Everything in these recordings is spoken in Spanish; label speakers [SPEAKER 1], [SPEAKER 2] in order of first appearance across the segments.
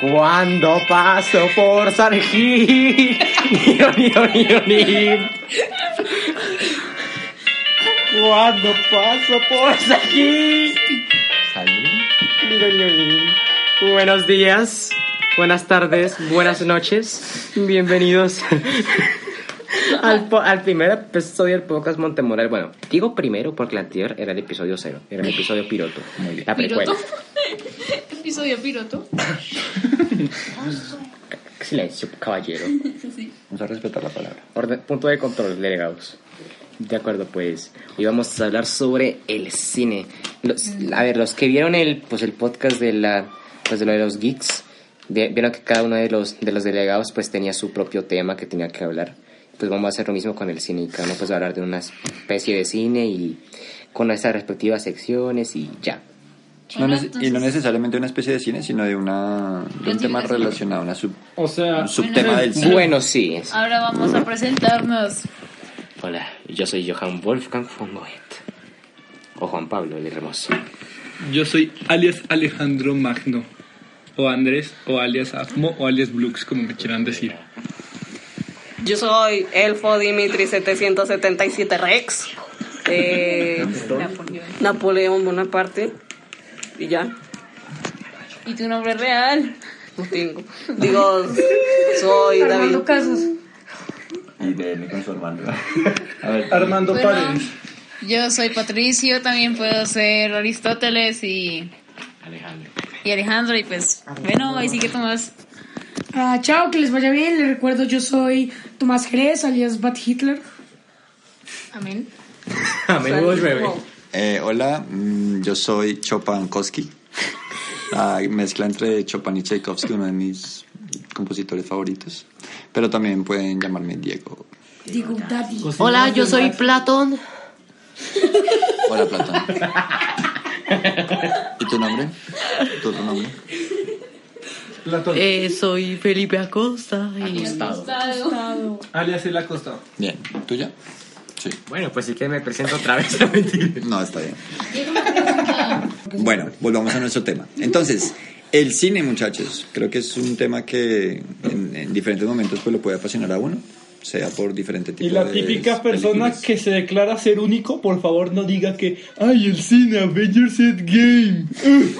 [SPEAKER 1] Cuando paso por San Gil, Niro, Niro, Niro, Niro. Cuando paso por San Gil, Niro, Niro, Niro. Buenos días, buenas tardes, buenas noches. Bienvenidos al, po- al primer episodio del podcast Montemoral. Bueno, digo primero porque el anterior era el episodio cero, era el episodio piloto. Muy bien. La precuela.
[SPEAKER 2] Piroto. Episodio piroto.
[SPEAKER 1] Silencio, caballero.
[SPEAKER 2] Sí.
[SPEAKER 3] Vamos a respetar la palabra.
[SPEAKER 1] Orden- punto de control, delegados. De acuerdo, pues hoy vamos a hablar sobre el cine. Los- a ver, los que vieron el, pues, el podcast de, la, pues, de lo de los geeks, de- vieron que cada uno de los, de los delegados pues tenía su propio tema que tenía que hablar. Pues vamos a hacer lo mismo con el cine y cada uno pues va a hablar de una especie de cine y con nuestras respectivas secciones y ya.
[SPEAKER 2] Bueno,
[SPEAKER 3] No nece- y no
[SPEAKER 2] entonces-
[SPEAKER 3] necesariamente una especie de cine, sino de, una, de un tema
[SPEAKER 2] Clasificación.
[SPEAKER 3] relacionado, una sub-
[SPEAKER 4] O sea,
[SPEAKER 3] un subtema
[SPEAKER 2] Ah, Bueno,
[SPEAKER 3] del cine.
[SPEAKER 1] Bueno, sí. es-
[SPEAKER 2] Ahora vamos a presentarnos.
[SPEAKER 1] Hola, yo soy Johan Wolfgang von Goethe. O Juan Pablo, el hermoso.
[SPEAKER 4] yo soy alias Alejandro Magno. O Andrés, o alias Afmo, o alias Blux, como me quieran decir.
[SPEAKER 5] Yo soy Elfo Dimitri 777 Rex. eh,
[SPEAKER 2] Napoleón.
[SPEAKER 5] Napoleón Bonaparte. Y ya,
[SPEAKER 2] ¿Y tu nombre real?
[SPEAKER 5] no tengo. Digo, soy David.
[SPEAKER 2] Casos.
[SPEAKER 6] Mm,
[SPEAKER 3] Y de él con su hermano. A ver,
[SPEAKER 4] Armando
[SPEAKER 2] Bueno, yo soy Patricio, también puedo ser Aristóteles y... Y Alejandro, y pues, bueno, ahí sí que tomas.
[SPEAKER 6] Ah, chao, que les vaya bien. Les recuerdo, yo soy Tomás Jerez, alias Bat Hitler. Amén.
[SPEAKER 1] A menudo llueve.
[SPEAKER 3] eh, hola, mm, yo soy Chopin Koski. La mezcla entre Chopin y Tchaikovsky, uno de mis compositores favoritos. Pero también pueden llamarme Diego.
[SPEAKER 6] Digo, Daddy.
[SPEAKER 7] Hola, yo soy Platón.
[SPEAKER 3] Hola, Platón. ¿Y tu nombre? ¿Tu otro nombre?
[SPEAKER 7] Eh, soy Felipe Acosta. Y...
[SPEAKER 4] Alias El Acosta.
[SPEAKER 3] Bien. ¿Tuya? Sí.
[SPEAKER 1] Bueno, pues si que me presento otra vez. no, mentira.
[SPEAKER 3] No, está bien. Bueno, volvamos a nuestro tema. Entonces, el cine, muchachos, creo que es un tema que en, en diferentes momentos pues lo puede apasionar a uno, sea por diferente tipo
[SPEAKER 4] Y la
[SPEAKER 3] de
[SPEAKER 4] típica persona
[SPEAKER 3] Pues, películas.
[SPEAKER 4] que se declara ser único, por favor no diga que, ay, el cine, Avengers Endgame. Game.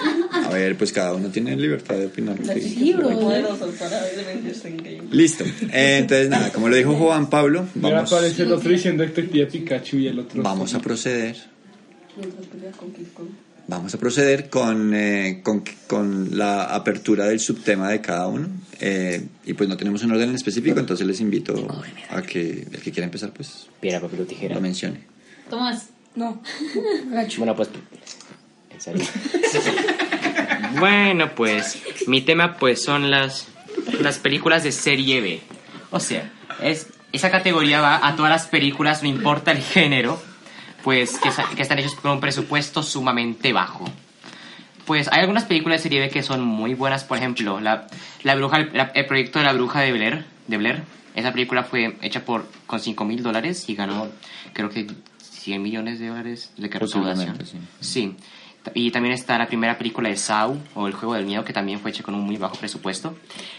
[SPEAKER 3] A ver, pues cada uno tiene libertad de opinar. lo que-
[SPEAKER 5] No puedo soltar a veces Avengers Endgame.
[SPEAKER 3] Listo. Eh, entonces, nada, como lo dijo Juan Pablo,
[SPEAKER 4] Me
[SPEAKER 3] vamos,
[SPEAKER 4] aparece el otro diciendo Detective Pikachu y el otro.
[SPEAKER 3] vamos a proceder. Vamos a proceder con, eh, con, con la apertura del subtema de cada uno. eh, y pues no tenemos un orden en específico, entonces les invito a que el que quiera empezar, pues
[SPEAKER 1] Piedra, papel o tijera.
[SPEAKER 3] lo mencione.
[SPEAKER 2] Tomás,
[SPEAKER 6] No, gacho.
[SPEAKER 1] Bueno, pues. en serio. bueno, pues. Mi tema, pues, son las. Las películas de serie B. O sea, es, esa categoría va a todas las películas, no importa el género. Pues que, sa- que están hechas con un presupuesto sumamente bajo. Pues hay algunas películas de serie B que son muy buenas, por ejemplo, la, la bruja, la- el proyecto de la bruja de Blair, de Blair. Esa película fue hecha por con 5 mil dólares y ganó, creo que 100 millones de dólares de recaudación.
[SPEAKER 3] Posiblemente, sí.
[SPEAKER 1] Sí. Ta- Y también está la primera película de Saw o El Juego del Miedo, que también fue hecha con un muy bajo presupuesto.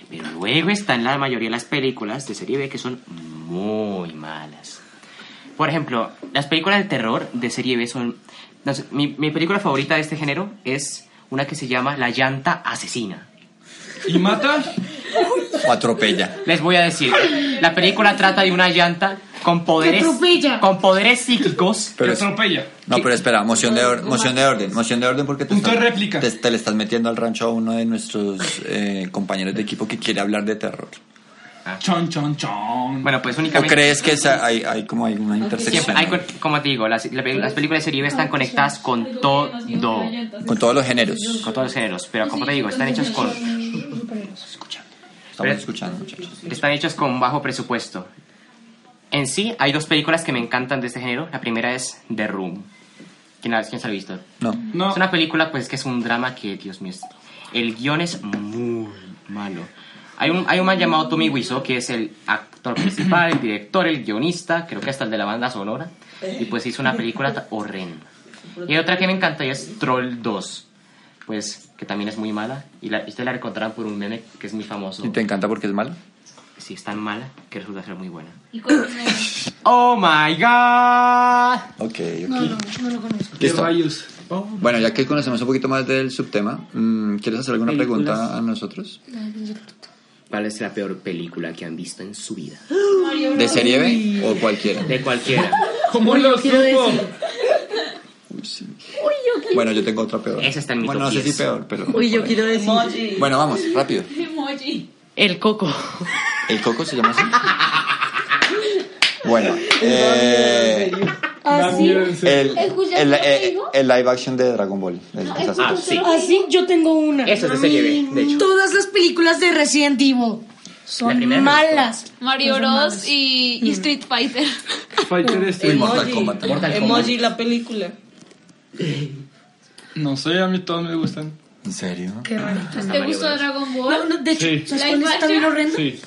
[SPEAKER 1] Pero luego están la mayoría de las películas de serie B que son muy malas. Por ejemplo, las películas de terror de serie B son... no sé, mi, mi película favorita de este género es una que se llama La llanta asesina.
[SPEAKER 4] ¿Y mata?
[SPEAKER 3] O atropella.
[SPEAKER 1] Les voy a decir, la película trata de una llanta con poderes,
[SPEAKER 6] atropella.
[SPEAKER 1] con poderes psíquicos.
[SPEAKER 3] Pero es-
[SPEAKER 4] atropella.
[SPEAKER 3] no, pero espera, moción de, or- moción de orden. Moción de orden porque te,
[SPEAKER 4] Punto
[SPEAKER 3] estás-
[SPEAKER 4] de réplica.
[SPEAKER 3] Te, te le estás metiendo al rancho a uno de nuestros eh, compañeros de equipo que quiere hablar de terror.
[SPEAKER 4] Chon, chon, chon.
[SPEAKER 1] Bueno, pues
[SPEAKER 3] ¿O
[SPEAKER 1] únicamente...
[SPEAKER 3] crees que esa- hay, hay como hay una intersección?
[SPEAKER 1] Siempre, hay con- como te digo, las, la- las películas de serie B están conectadas con todo, con
[SPEAKER 3] Con todos los géneros.
[SPEAKER 1] todos los géneros, pero como te digo, están hechas con,
[SPEAKER 3] Estamos escuchando, muchachos.
[SPEAKER 1] están hechas con bajo presupuesto. En sí, hay dos películas que me encantan de este género. La primera es The Room. ¿Quién la, quién se la ha visto?
[SPEAKER 3] No.
[SPEAKER 4] No.
[SPEAKER 1] Es una película, pues, que es un drama que, Dios mío, es- el guión es muy malo. Hay un, hay un man llamado Tommy Wiseau, que es el actor principal, el director, el guionista, creo que hasta el de la banda sonora, y pues hizo una película ta- horrenda. Y hay otra que me encanta y es Troll 2. pues que también es muy mala. Y la, usted la recordará por un meme que es muy famoso.
[SPEAKER 3] ¿Y te encanta porque es malo?
[SPEAKER 1] Si es tan mala, que resulta ser muy buena.
[SPEAKER 2] ¿Y cuál es el nombre?
[SPEAKER 1] ¡Oh, my God!
[SPEAKER 3] Ok, ok.
[SPEAKER 6] No, no, no lo conozco.
[SPEAKER 4] ¿Qué
[SPEAKER 3] Listo. Oh.
[SPEAKER 4] rayos?
[SPEAKER 3] Bueno, ya que conocemos un poquito más del subtema, mm, ¿quieres hacer alguna pregunta a nosotros?
[SPEAKER 1] ¿Cuál es la peor película que han visto en su vida?
[SPEAKER 3] ¿De serie B o cualquiera?
[SPEAKER 1] De cualquiera.
[SPEAKER 4] ¿Cómo lo supo?
[SPEAKER 3] Bueno, yo tengo otra peor.
[SPEAKER 1] Esa está en mi
[SPEAKER 3] Bueno, no
[SPEAKER 1] top
[SPEAKER 3] sé si
[SPEAKER 1] 10.
[SPEAKER 3] peor, pero...
[SPEAKER 7] Uy, yo quiero decir.
[SPEAKER 5] Mochi.
[SPEAKER 3] Bueno, vamos, rápido.
[SPEAKER 2] Emoji.
[SPEAKER 7] El coco.
[SPEAKER 3] ¿El coco se llama así? Bueno, eh,
[SPEAKER 6] Así,
[SPEAKER 3] el,
[SPEAKER 2] ¿Escuchaste
[SPEAKER 3] el-
[SPEAKER 2] lo que
[SPEAKER 3] eh,
[SPEAKER 2] dijo?
[SPEAKER 3] el live action de Dragon Ball. Es- es así.
[SPEAKER 1] Ah, sí.
[SPEAKER 6] así yo tengo una.
[SPEAKER 1] Esa es de serie B, de hecho.
[SPEAKER 6] Todas las películas de Resident Evil
[SPEAKER 1] La
[SPEAKER 6] son
[SPEAKER 1] primera me
[SPEAKER 6] malas.
[SPEAKER 2] Mario Bros y, y Street Fighter.
[SPEAKER 4] Fighter
[SPEAKER 3] Uy,
[SPEAKER 4] este.
[SPEAKER 3] Mortal Kombat.
[SPEAKER 1] Mortal
[SPEAKER 5] Emoji, la película.
[SPEAKER 4] No sé, a mí todos me gustan.
[SPEAKER 3] ¿En serio?
[SPEAKER 6] Qué raro.
[SPEAKER 2] ¿Te gustó Dragon
[SPEAKER 6] Ah. No,
[SPEAKER 2] Ball?
[SPEAKER 6] no, de hecho,
[SPEAKER 4] Sí.
[SPEAKER 6] ¿sabes
[SPEAKER 2] ¿La
[SPEAKER 6] cuál está
[SPEAKER 2] imagen?
[SPEAKER 6] bien horrenda?
[SPEAKER 4] Sí.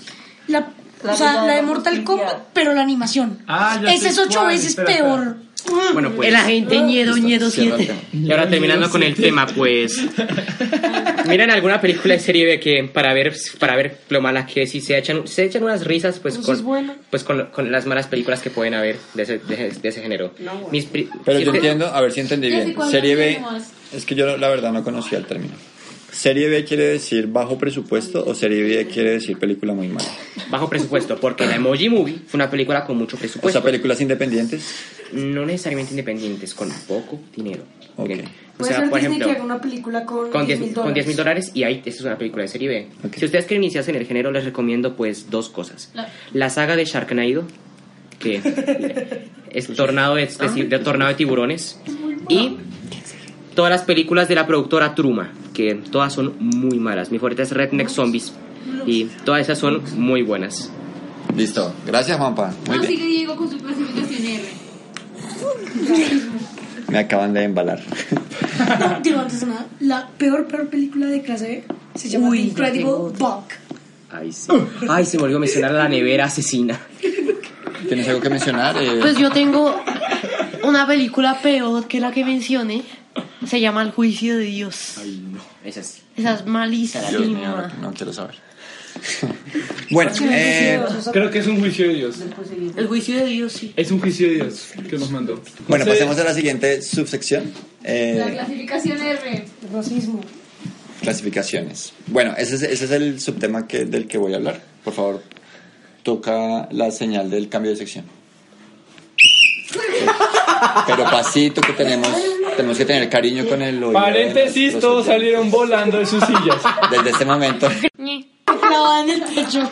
[SPEAKER 6] La,
[SPEAKER 5] La
[SPEAKER 6] o sea,
[SPEAKER 5] Liga
[SPEAKER 6] la
[SPEAKER 5] de
[SPEAKER 6] de
[SPEAKER 5] la
[SPEAKER 6] Mortal
[SPEAKER 5] Justicia.
[SPEAKER 6] Kombat, pero la animación.
[SPEAKER 4] Ah, ya
[SPEAKER 6] Esa es
[SPEAKER 4] sé
[SPEAKER 6] ocho
[SPEAKER 4] cuál,
[SPEAKER 6] veces
[SPEAKER 4] espera,
[SPEAKER 6] peor.
[SPEAKER 1] Bueno, pues.
[SPEAKER 7] El agente ñedo ñedo 7.
[SPEAKER 1] Y ahora terminando con el tema, pues. Miren alguna película de serie B que para ver para ver lo mala que es y se echan se echan unas risas pues
[SPEAKER 6] Pues
[SPEAKER 1] con
[SPEAKER 6] es bueno.
[SPEAKER 1] pues con, con las malas películas que pueden haber de ese, de, de ese género. Mis pri-
[SPEAKER 3] Pero
[SPEAKER 1] si
[SPEAKER 3] yo
[SPEAKER 1] usted-
[SPEAKER 3] entiendo, a ver si entendí
[SPEAKER 2] Ya sé
[SPEAKER 3] bien.
[SPEAKER 2] cuál
[SPEAKER 3] Serie B,
[SPEAKER 2] tenemos.
[SPEAKER 3] es que yo la verdad no conocía el término. ¿Serie B quiere decir bajo presupuesto o serie B quiere decir película muy mala?
[SPEAKER 1] bajo presupuesto, porque la Emoji Movie fue una película con mucho
[SPEAKER 3] O
[SPEAKER 1] presupuesto,
[SPEAKER 3] sea, películas independientes.
[SPEAKER 1] no necesariamente independientes, con poco dinero.
[SPEAKER 3] Ok.
[SPEAKER 6] Pues
[SPEAKER 1] O sea, por ejemplo,
[SPEAKER 6] una película
[SPEAKER 1] con 10 mil con 10 mil dólares y ahí esta es una película de serie B.
[SPEAKER 3] Ok.
[SPEAKER 1] Si ustedes quieren iniciarse en el género, les recomiendo pues dos cosas.
[SPEAKER 2] La-
[SPEAKER 1] La, saga de Sharknado, que es Tornado de, de- de Tornado de Tiburones, y todas las películas de la productora Truma, que todas son muy malas. Mi favorita es Redneck Zombies y todas esas son muy buenas.
[SPEAKER 3] Listo. Gracias, Juanpa. Muy
[SPEAKER 2] No,
[SPEAKER 3] bien.
[SPEAKER 2] sigue Diego con su clasificación R.
[SPEAKER 3] Me acaban de embalar.
[SPEAKER 6] No, digo, antes de nada, la peor, peor película de clase B se llama
[SPEAKER 7] Uy,
[SPEAKER 6] The
[SPEAKER 7] ya
[SPEAKER 6] Incredible
[SPEAKER 7] tengo otra.
[SPEAKER 6] Bulk.
[SPEAKER 1] Ay, sí. Ay, se me olvidó mencionar la nevera asesina.
[SPEAKER 3] ¿Tienes algo que mencionar? Eh,
[SPEAKER 7] Pues yo tengo una película peor que la que mencioné. Se llama El juicio de Dios.
[SPEAKER 1] Esa es.
[SPEAKER 7] Esa es
[SPEAKER 3] Dios mío, no,
[SPEAKER 7] malísima.
[SPEAKER 3] no quiero saber. bueno, eh,
[SPEAKER 4] Creo que es un juicio de Dios.
[SPEAKER 7] El juicio de Dios, sí.
[SPEAKER 4] Es un juicio de Dios que nos mandó.
[SPEAKER 3] bueno,
[SPEAKER 4] José,
[SPEAKER 3] pasemos a la siguiente subsección.
[SPEAKER 2] La
[SPEAKER 3] Eh,
[SPEAKER 2] clasificación R.
[SPEAKER 6] Racismo.
[SPEAKER 3] clasificaciones. Bueno, ese es, ese es el subtema que, del que voy a hablar. Por favor, toca la señal del cambio de sección. Pero pasito que tenemos, tenemos que tener cariño con el oído.
[SPEAKER 4] Paréntesis, todos salieron volando de sus sillas.
[SPEAKER 3] Desde este momento.
[SPEAKER 6] Clavada en el pecho.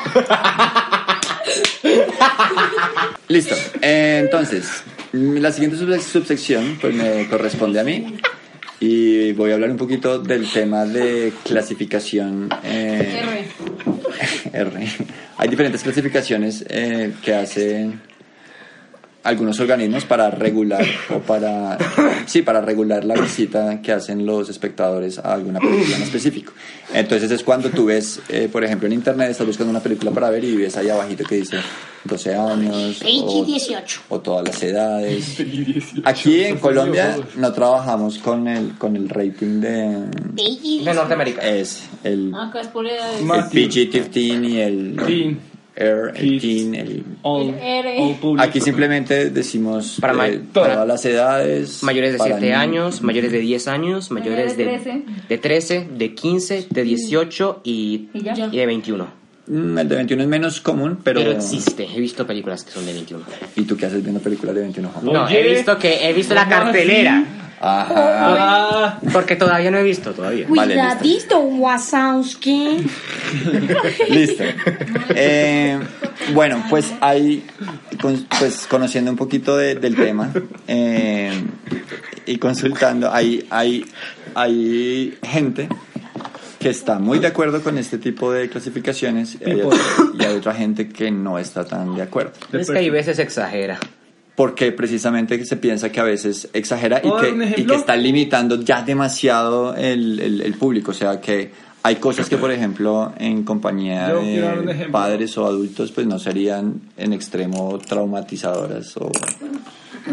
[SPEAKER 3] Listo. Eh, entonces, mm, la siguiente subse- subsección pues, me corresponde a mí. Y voy a hablar un poquito del tema de clasificación eh,
[SPEAKER 2] R.
[SPEAKER 3] R. Hay diferentes clasificaciones eh, que hacen algunos organismos para regular o para sí para regular la visita que hacen los espectadores a alguna película en específico entonces es cuando tú ves eh, por ejemplo en internet estás buscando una película para ver y ves ahí abajito que dice 12 años o,
[SPEAKER 6] 18.
[SPEAKER 3] o todas las edades aquí en Colombia no trabajamos con el con el rating de
[SPEAKER 1] De Norteamérica.
[SPEAKER 3] es el
[SPEAKER 2] Acá es por edades.
[SPEAKER 3] el
[SPEAKER 4] Matthew.
[SPEAKER 3] PG-13 y el
[SPEAKER 4] Teen.
[SPEAKER 3] Air, el
[SPEAKER 4] Kids.
[SPEAKER 3] Teen, el-
[SPEAKER 4] All,
[SPEAKER 6] Eh,
[SPEAKER 2] R.
[SPEAKER 4] all public.
[SPEAKER 3] Aquí simplemente decimos
[SPEAKER 1] Para ma-
[SPEAKER 3] eh,
[SPEAKER 1] para-
[SPEAKER 3] todas las edades.
[SPEAKER 1] Mayores de
[SPEAKER 3] para
[SPEAKER 1] 7
[SPEAKER 3] niños.
[SPEAKER 1] años, mayores de 10 años, mayores de,
[SPEAKER 2] Mayores de 13.
[SPEAKER 1] de 13, de 15, de 18 y,
[SPEAKER 2] ¿Y ya?
[SPEAKER 1] y de 21.
[SPEAKER 3] Mm, el de 21 es menos común, pero.
[SPEAKER 1] Pero, existe, he visto películas que son de 21.
[SPEAKER 3] ¿Y tú qué haces viendo películas de 21? Juan?
[SPEAKER 1] No,
[SPEAKER 4] Oye,
[SPEAKER 1] he visto que he visto la
[SPEAKER 4] ¿cómo así?
[SPEAKER 1] cartelera,
[SPEAKER 3] Ajá.
[SPEAKER 4] Ah,
[SPEAKER 1] porque todavía no he visto todavía.
[SPEAKER 3] Vale, listo.
[SPEAKER 6] Cuidadito, Wazowski.
[SPEAKER 3] Listo. Eh, bueno, pues hay, con- pues conociendo un poquito de- del tema eh, y consultando, hay, hay, hay gente que está muy de acuerdo con este tipo de clasificaciones y hay, y hay otra gente que no está tan de acuerdo.
[SPEAKER 1] Es que hay veces exagera.
[SPEAKER 3] Porque precisamente se piensa que a veces exagera y
[SPEAKER 4] ¿Puedo dar un
[SPEAKER 3] que, y
[SPEAKER 4] ejemplo?
[SPEAKER 3] que está limitando ya demasiado el, el- el público. O sea, que hay cosas que, por ejemplo, en compañía
[SPEAKER 4] Yo quiero dar un
[SPEAKER 3] de
[SPEAKER 4] ejemplo.
[SPEAKER 3] padres o adultos, pues no serían en extremo traumatizadoras. O...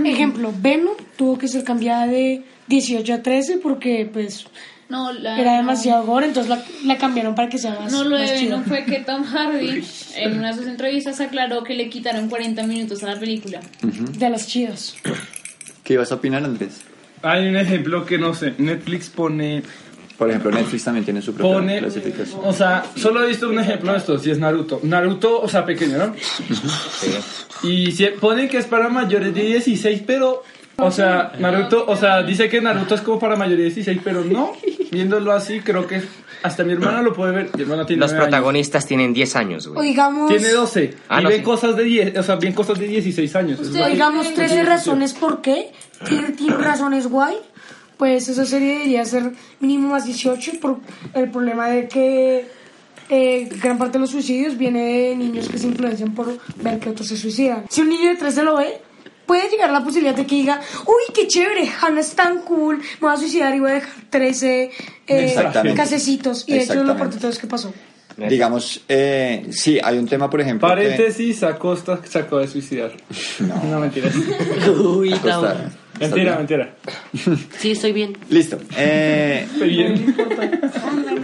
[SPEAKER 6] Ejemplo, Venom tuvo que ser cambiada de 18 a 13 porque, pues,
[SPEAKER 2] No, la,
[SPEAKER 6] Era
[SPEAKER 2] no.
[SPEAKER 6] demasiado gore, entonces la, la cambiaron para que sea más,
[SPEAKER 2] No, lo
[SPEAKER 6] más
[SPEAKER 2] de
[SPEAKER 6] chido.
[SPEAKER 2] Venom fue que Tom Hardy en una de sus entrevistas aclaró que le quitaron 40 minutos a la película.
[SPEAKER 6] De las chidas.
[SPEAKER 3] ¿Qué ibas a opinar, Andrés?
[SPEAKER 4] Hay un ejemplo que no sé, Netflix pone
[SPEAKER 3] Por ejemplo, Netflix también tiene su propia
[SPEAKER 4] pone,
[SPEAKER 3] clasificación.
[SPEAKER 4] o sea, solo he visto un ejemplo de esto, si es Naruto. Naruto, o sea, pequeño, ¿no? Y si ponen que es para mayores de 16, pero, o sea, Naruto, o sea, dice que Naruto es como para mayores de 16, pero no, viéndolo así, creo que hasta mi hermana lo puede ver. Mi hermana tiene
[SPEAKER 1] Los
[SPEAKER 4] 9 años.
[SPEAKER 1] protagonistas tienen 10 años,
[SPEAKER 6] O
[SPEAKER 1] güey.
[SPEAKER 6] digamos,
[SPEAKER 4] Tiene 12.
[SPEAKER 1] Ah,
[SPEAKER 4] y
[SPEAKER 1] no,
[SPEAKER 4] ven
[SPEAKER 1] sí.
[SPEAKER 4] cosas de 10, o sea, ven cosas de 16 años. Es
[SPEAKER 6] o
[SPEAKER 4] guay.
[SPEAKER 6] digamos 13 razones por qué, 13 razones why, pues esa serie debería ser mínimo más 18 por el problema de que eh, gran parte de los suicidios viene de niños que se influencian por ver que otros se suicidan. Si un niño de 13 lo ve, puede llegar la posibilidad de que diga, uy, qué chévere, Hannah es tan cool, me voy a suicidar y voy a dejar 13 eh,
[SPEAKER 3] Exactamente.
[SPEAKER 6] casecitos. Y de hecho es lo
[SPEAKER 3] Exactamente.
[SPEAKER 6] por todo es que pasó.
[SPEAKER 3] Digamos, eh, sí, hay un tema, por ejemplo.
[SPEAKER 4] Paréntesis, Acosta se acaba de suicidar. No, mentiras.
[SPEAKER 7] Uy,
[SPEAKER 3] que- Acosta,
[SPEAKER 7] Tauro.
[SPEAKER 3] ¿estás bien?
[SPEAKER 4] Mentira, mentira.
[SPEAKER 7] Sí, estoy bien.
[SPEAKER 3] Listo. Eh,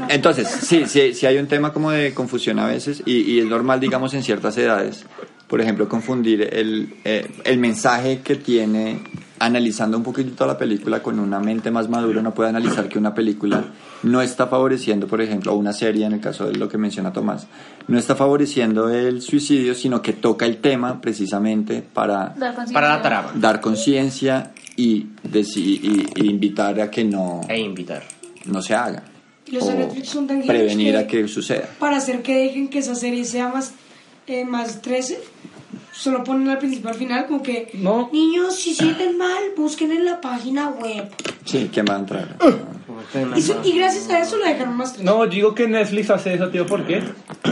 [SPEAKER 3] Entonces, sí, sí, sí hay un tema como de confusión a veces y, y es normal, digamos, en ciertas edades, por ejemplo, confundir el, eh, el mensaje que tiene analizando un poquito toda la película con una mente más madura, uno puede analizar que una película no está favoreciendo, por ejemplo, o una serie, en el caso de lo que menciona Tomás, no está favoreciendo el suicidio, sino que toca el tema precisamente para
[SPEAKER 2] Dar conciencia.
[SPEAKER 1] Para la trama.
[SPEAKER 3] dar conciencia y, deci- y, y invitar a que no,
[SPEAKER 1] E invitar.
[SPEAKER 3] no se haga.
[SPEAKER 6] Los de Netflix son tan gringos
[SPEAKER 3] prevenir
[SPEAKER 6] que-
[SPEAKER 3] a que suceda.
[SPEAKER 6] para hacer que dejen que esa serie sea más, eh, más 13, solo ponen al principio al final como que
[SPEAKER 4] No.
[SPEAKER 6] niños si sienten mal, busquen en la página web.
[SPEAKER 3] Sí, ¿quién va a entrar?
[SPEAKER 6] Y, su- y gracias a eso la dejaron más 13.
[SPEAKER 4] No, digo que Netflix hace eso, tío, ¿por qué?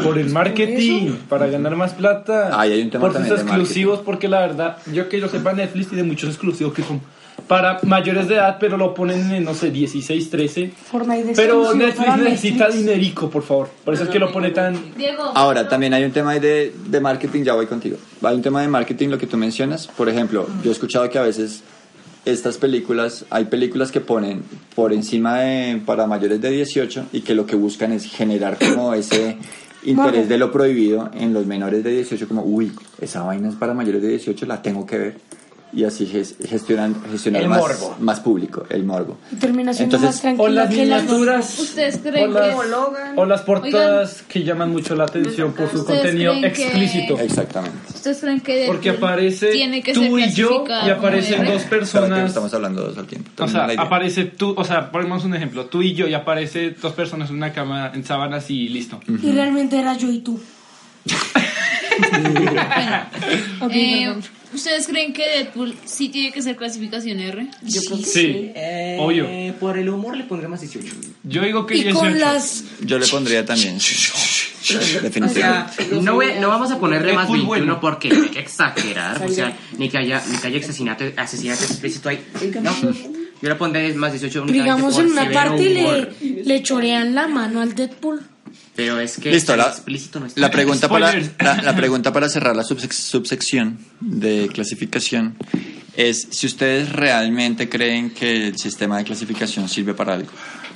[SPEAKER 4] Por el marketing, para ganar más plata.
[SPEAKER 3] Ay, hay un tema
[SPEAKER 4] por sus
[SPEAKER 3] también de
[SPEAKER 4] exclusivos, porque la verdad, yo que yo sepa, Netflix tiene muchos exclusivos que son para mayores de edad, pero lo ponen en, no sé, 16, 13.
[SPEAKER 6] Fortnite de
[SPEAKER 4] Pero
[SPEAKER 6] exclusivo
[SPEAKER 4] Netflix
[SPEAKER 6] para
[SPEAKER 4] necesita
[SPEAKER 6] Netflix.
[SPEAKER 4] dinerico, por favor. Por eso es que lo pone tan...
[SPEAKER 2] Diego.
[SPEAKER 3] Ahora, también hay un tema ahí de, de marketing, ya voy contigo. Hay un tema de marketing, lo que tú mencionas. Por ejemplo, yo he escuchado que a veces estas películas, hay películas que ponen por encima de, para mayores de 18 y que lo que buscan es generar como ese interés de lo prohibido en los menores de 18, como, uy, esa vaina es para mayores de 18, la tengo que ver. Y así ges- gestionan, gestionar
[SPEAKER 1] El
[SPEAKER 3] más,
[SPEAKER 1] morbo.
[SPEAKER 3] más público, el morbo.
[SPEAKER 6] Y termina siendo
[SPEAKER 3] Entonces,
[SPEAKER 6] más tranquila
[SPEAKER 4] O las
[SPEAKER 6] que la-
[SPEAKER 4] miniaturas.
[SPEAKER 2] ¿Ustedes creen
[SPEAKER 4] o las,
[SPEAKER 2] que-
[SPEAKER 4] o las portadas que llaman mucho la atención por su
[SPEAKER 2] ¿Ustedes
[SPEAKER 4] contenido
[SPEAKER 2] creen que-
[SPEAKER 4] explícito.
[SPEAKER 3] Exactamente.
[SPEAKER 2] ¿Ustedes creen que Deadpool
[SPEAKER 4] Porque aparece
[SPEAKER 2] tiene que
[SPEAKER 4] tú
[SPEAKER 2] ser
[SPEAKER 4] y yo
[SPEAKER 2] clasificado
[SPEAKER 4] y
[SPEAKER 2] como
[SPEAKER 4] aparecen
[SPEAKER 2] R?
[SPEAKER 4] dos
[SPEAKER 3] Espera que
[SPEAKER 4] personas.
[SPEAKER 3] Estamos hablando dos al tiempo.
[SPEAKER 4] O sea,
[SPEAKER 3] Termina la idea.
[SPEAKER 4] aparece tú, o sea, ponemos un ejemplo, tú y yo, y aparece dos personas en una cama, en sábanas y listo.
[SPEAKER 6] Y realmente era yo y tú. Ok,
[SPEAKER 2] Eh,
[SPEAKER 6] perdón.
[SPEAKER 2] ¿Ustedes creen que Deadpool sí tiene que ser clasificación R?
[SPEAKER 5] Yo creo que
[SPEAKER 4] Sí, Eh, obvio.
[SPEAKER 5] Por el humor le pondré más 18.
[SPEAKER 4] Yo digo que
[SPEAKER 6] y
[SPEAKER 4] 18.
[SPEAKER 6] con las
[SPEAKER 3] Yo le pondría también. sí. Definitivamente.
[SPEAKER 1] No, ve- no vamos a ponerle
[SPEAKER 4] Es
[SPEAKER 1] más
[SPEAKER 4] muy
[SPEAKER 1] 21
[SPEAKER 4] bueno.
[SPEAKER 1] porque hay que exagerar. o sea, ni que haya, ni que haya asesinato, asesinato explícito ahí. No. Yo le pondré más 18 únicamente
[SPEAKER 6] digamos
[SPEAKER 1] por
[SPEAKER 6] en una
[SPEAKER 1] severo
[SPEAKER 6] parte
[SPEAKER 1] humor.
[SPEAKER 6] le, le chorean la mano al Deadpool.
[SPEAKER 1] Pero es que
[SPEAKER 3] Listo, la,
[SPEAKER 1] explícito no está.
[SPEAKER 3] la pregunta para,
[SPEAKER 4] Spoilers.
[SPEAKER 3] la, la pregunta para cerrar la subsec- subsección de clasificación es si ustedes realmente creen que el sistema de clasificación sirve para algo.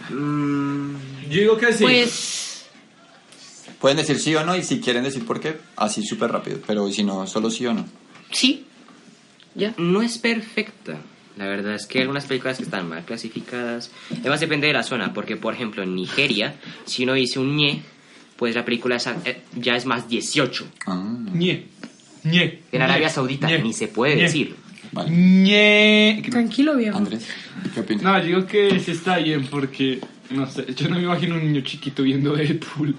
[SPEAKER 4] Yo digo que sí.
[SPEAKER 7] Pues
[SPEAKER 3] Pueden decir sí o no y si quieren decir por qué, así súper rápido, pero si no, solo sí o no.
[SPEAKER 7] sí. Ya.
[SPEAKER 1] No es perfecta. La verdad es que hay algunas películas que están mal clasificadas. Además depende de la zona, porque por ejemplo en Nigeria, si uno dice un ñe, pues la película es- eh, ya es más 18.
[SPEAKER 3] Ah,
[SPEAKER 4] Ñe. Ñe.
[SPEAKER 1] En Arabia Saudita
[SPEAKER 4] Ñe.
[SPEAKER 1] ni se puede
[SPEAKER 4] Ñe.
[SPEAKER 1] decir.
[SPEAKER 3] vale.
[SPEAKER 4] Ñe.
[SPEAKER 6] Tranquilo, viejo.
[SPEAKER 3] Andrés, ¿qué opinas?
[SPEAKER 4] No, yo digo que sí está bien porque, no sé, yo no me imagino un niño chiquito viendo Deadpool.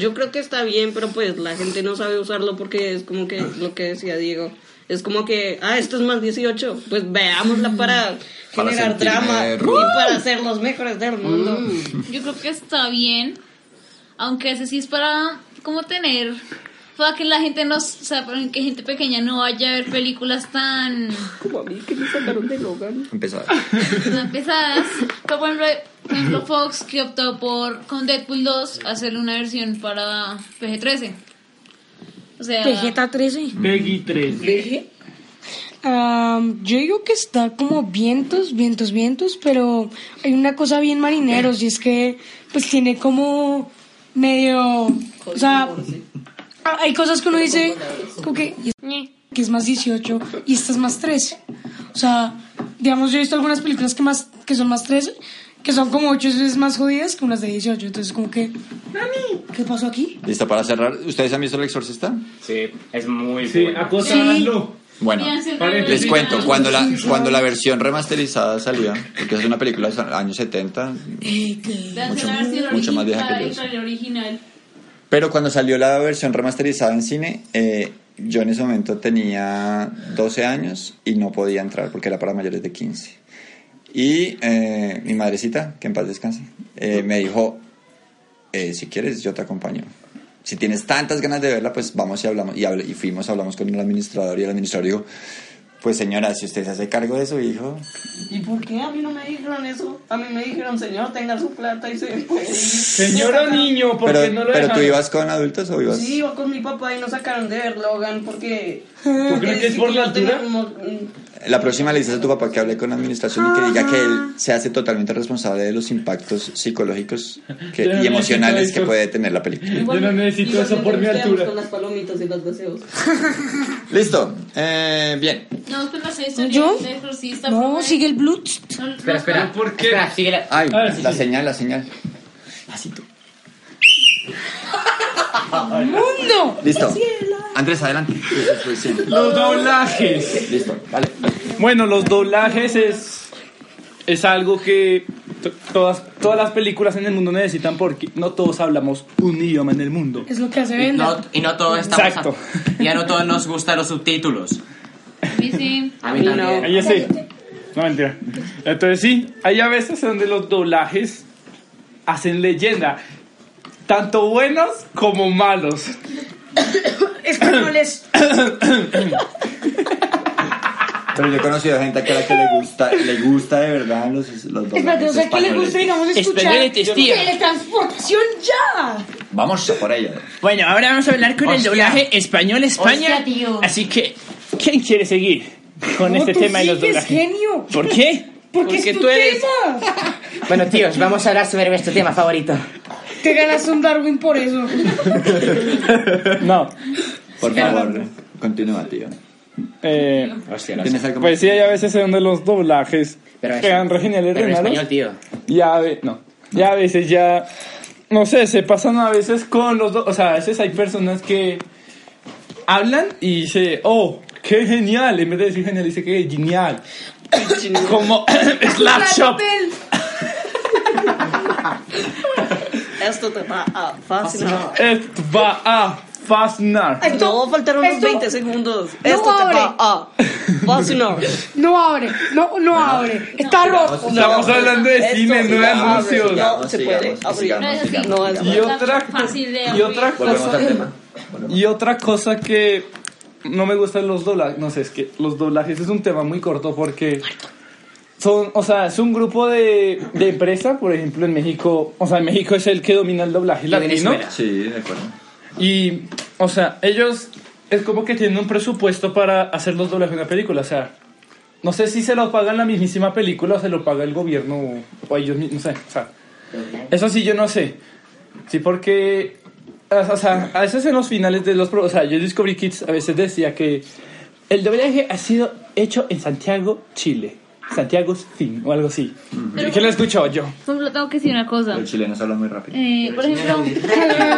[SPEAKER 5] Yo creo que está bien, pero pues la gente no sabe usarlo porque es como que lo que decía Diego. Es como que, ah, esto es más 18. Pues veámosla para,
[SPEAKER 3] Para
[SPEAKER 5] generar
[SPEAKER 3] sentirme
[SPEAKER 5] drama
[SPEAKER 3] rudo.
[SPEAKER 5] y para ser los mejores del mundo.
[SPEAKER 2] Yo creo que está bien, aunque ese sí es para como tener para que la gente no, o sea, para que gente pequeña no vaya a ver películas tan,
[SPEAKER 5] Como a mí que me sacaron de Logan.
[SPEAKER 3] Empezar.
[SPEAKER 2] tan pesadas. Pero, por ejemplo, por ejemplo, Fox que optó por con Deadpool 2 hacer una versión para PG-13. O sea,
[SPEAKER 1] Mm.
[SPEAKER 6] Vegeta 13.
[SPEAKER 4] Peggy 3.
[SPEAKER 5] Dije,
[SPEAKER 6] Am, yo digo que está como vientos, vientos, vientos, pero hay una cosa bien marineros y es que pues tiene como medio, o sea, ah, hay cosas que uno dice como que, que es más 18 y esta es más 13. O sea, digamos, yo he visto algunas películas que, más, que son más 13, que son como 8 veces más jodidas que unas de 18, entonces como que, ¿qué pasó aquí?
[SPEAKER 3] Lista para cerrar. ¿Ustedes han visto El Exorcista?
[SPEAKER 1] Sí, es muy
[SPEAKER 4] Sí, ah,
[SPEAKER 1] buena.
[SPEAKER 4] acosarlo.
[SPEAKER 3] Bueno,
[SPEAKER 2] Bien, siempre
[SPEAKER 4] vale,
[SPEAKER 2] me
[SPEAKER 3] les
[SPEAKER 2] olvidan
[SPEAKER 3] cuento,
[SPEAKER 2] los
[SPEAKER 3] cuando la,
[SPEAKER 6] Sí, sí.
[SPEAKER 3] cuando la versión remasterizada salió, porque es una película de los años
[SPEAKER 2] de
[SPEAKER 3] 70,
[SPEAKER 2] hacer
[SPEAKER 3] mucho-
[SPEAKER 2] la versión
[SPEAKER 3] mucho más vieja que
[SPEAKER 2] original,
[SPEAKER 3] yo.
[SPEAKER 2] para el original.
[SPEAKER 3] Pero cuando salió la versión remasterizada en cine, eh, yo en ese momento tenía 12 años y no podía entrar porque era para mayores de 15. Y eh, mi madrecita, que en paz descanse, eh, me dijo, eh, si quieres yo te acompaño. Si tienes tantas ganas de verla, pues vamos y hablamos. Y, habl- y fuimos, hablamos con el administrador y el administrador dijo, pues señora, si usted se hace cargo de su hijo,
[SPEAKER 5] ¿Y por qué a mí no me dijeron eso? A mí me dijeron, señor, tenga su plata y se puede ir.
[SPEAKER 4] Señora niño, ¿por qué
[SPEAKER 3] pero,
[SPEAKER 4] no lo
[SPEAKER 3] pero tú
[SPEAKER 4] dejaron?
[SPEAKER 3] ibas con adultos o ibas...
[SPEAKER 5] Sí, iba con mi papá y nos sacaron de ver Logan porque...
[SPEAKER 4] ¿Tú crees que es por la altura?
[SPEAKER 3] La próxima le dices a tu papá que hable con la administración y que diga que él se hace totalmente responsable de los impactos psicológicos que-
[SPEAKER 4] Ya,
[SPEAKER 3] y
[SPEAKER 4] ya,
[SPEAKER 3] emocionales
[SPEAKER 4] ya,
[SPEAKER 3] que
[SPEAKER 4] ya.
[SPEAKER 3] puede tener la película.
[SPEAKER 4] Yo no necesito eso por mi altura.
[SPEAKER 5] Con las palomitas y los deseos.
[SPEAKER 3] Listo. Eh, bien.
[SPEAKER 2] No, pero no sé, esto
[SPEAKER 6] ¿Yo?
[SPEAKER 2] de exorcista. por
[SPEAKER 6] No,
[SPEAKER 2] favor.
[SPEAKER 6] sigue el Bluetooth.
[SPEAKER 2] No, no,
[SPEAKER 1] Espera, espera.
[SPEAKER 4] Pero, ¿por qué?
[SPEAKER 1] Espera, sigue la...
[SPEAKER 3] Ay,
[SPEAKER 4] Ah, sí,
[SPEAKER 3] la
[SPEAKER 4] sí.
[SPEAKER 3] señal, la señal. Así tú.
[SPEAKER 6] ¡Mundo!
[SPEAKER 3] Listo. Andrés, adelante. Sí, sí, sí, sí.
[SPEAKER 4] Los doblajes.
[SPEAKER 3] Listo. Vale.
[SPEAKER 4] Bueno, los doblajes es es algo que to- todas todas las películas en el mundo necesitan porque no todos hablamos un idioma en el mundo.
[SPEAKER 6] Es lo que hace
[SPEAKER 1] Y
[SPEAKER 6] vender.
[SPEAKER 1] no, y no todos estamos...
[SPEAKER 4] Exacto.
[SPEAKER 1] a- y a no todos nos gustan los subtítulos.
[SPEAKER 2] Dice,
[SPEAKER 1] A mí también.
[SPEAKER 4] Ahí sí. No mentira. Entonces sí, hay a veces donde los doblajes hacen leyenda, tanto buenos como malos.
[SPEAKER 6] Españoles.
[SPEAKER 3] Pero yo he conocido gente que a la que le gusta, le gusta de verdad los, los
[SPEAKER 6] Espérate, o
[SPEAKER 3] doblajes
[SPEAKER 6] sea, ¿qué le gusta,
[SPEAKER 3] españoles.
[SPEAKER 6] digamos, escuchar?
[SPEAKER 1] Españoles, tía.
[SPEAKER 6] ¡Teletransportación ya!
[SPEAKER 3] Vamos a por ella.
[SPEAKER 8] Bueno, ahora vamos a hablar con
[SPEAKER 1] Hostia.
[SPEAKER 8] el doblaje español-España.
[SPEAKER 7] Hostia, tío.
[SPEAKER 8] Así que, ¿quién quiere seguir con este
[SPEAKER 6] tú
[SPEAKER 8] tema de los
[SPEAKER 6] sí que es
[SPEAKER 8] doblajes?
[SPEAKER 4] ¿eh?
[SPEAKER 6] genio!
[SPEAKER 8] ¿Por qué?
[SPEAKER 6] Porque, es tu
[SPEAKER 5] tú eres-
[SPEAKER 6] tema.
[SPEAKER 1] Bueno, tíos, vamos a hablar sobre nuestro tema favorito.
[SPEAKER 6] Te ganas un Darwin por eso.
[SPEAKER 4] No.
[SPEAKER 3] Por favor, continúa, tío.
[SPEAKER 4] eh,
[SPEAKER 1] Hostia,
[SPEAKER 3] ¿Tienes algo
[SPEAKER 4] pues
[SPEAKER 3] más?
[SPEAKER 4] sí, hay a veces donde los doblajes
[SPEAKER 1] Pero
[SPEAKER 4] pegan re geniales,
[SPEAKER 1] Pero
[SPEAKER 4] re
[SPEAKER 1] en
[SPEAKER 4] malos.
[SPEAKER 1] español, tío.
[SPEAKER 4] Ya a veces, no. Ya a veces ya. No sé, se pasan a veces con los dos. O sea, a veces hay personas que hablan y se. ¡Oh! ¡Qué genial! En vez de decir genial, dice que genial. Como Slap Shop.
[SPEAKER 6] Papel.
[SPEAKER 5] Esto te va a fascinar.
[SPEAKER 4] Esto va a fascinar.
[SPEAKER 5] No, faltaron unos
[SPEAKER 6] esto-
[SPEAKER 5] 20 segundos. Esto te
[SPEAKER 6] abre.
[SPEAKER 5] va a fascinar.
[SPEAKER 6] No abre, no, no abre. Está rojo.
[SPEAKER 4] Estamos hablando de
[SPEAKER 5] Esto
[SPEAKER 4] cine, no de
[SPEAKER 5] ya abre,
[SPEAKER 4] anuncios.
[SPEAKER 5] ya. No se puede
[SPEAKER 3] sigamos,
[SPEAKER 5] abrir.
[SPEAKER 2] no es así.
[SPEAKER 3] sigamos.
[SPEAKER 5] No, es
[SPEAKER 4] Y otra,
[SPEAKER 2] Fácil de
[SPEAKER 4] y otra
[SPEAKER 2] abrir.
[SPEAKER 3] Volvemos
[SPEAKER 4] cosa.
[SPEAKER 3] al tema.
[SPEAKER 4] Y otra cosa que no me gustan los doblajes, no sé, es que los doblajes es un tema muy corto porque son, o sea, es un grupo de, de empresa, por ejemplo, en México, o sea, en México es el que domina el doblaje latino.
[SPEAKER 1] Venezuela.
[SPEAKER 3] Sí, de acuerdo.
[SPEAKER 4] Y, o sea, ellos es como que tienen un presupuesto para hacer los doblajes de una película, o sea, no sé si se lo pagan la mismísima película o se lo paga el gobierno o, o ellos mismos, no sé, o sea, eso sí yo no sé. Sí, porque, o sea, a veces en los finales de los, pro- o sea, yo Discovery Kids a veces decía que el doblaje ha sido hecho en Santiago, Chile. Santiago Fin o algo así. ¿Y ¿Qué lo escuchaba yo?
[SPEAKER 2] Por ejemplo, tengo que decir una cosa.
[SPEAKER 3] Los chilenos hablan muy rápido.
[SPEAKER 2] Eh, por ejemplo,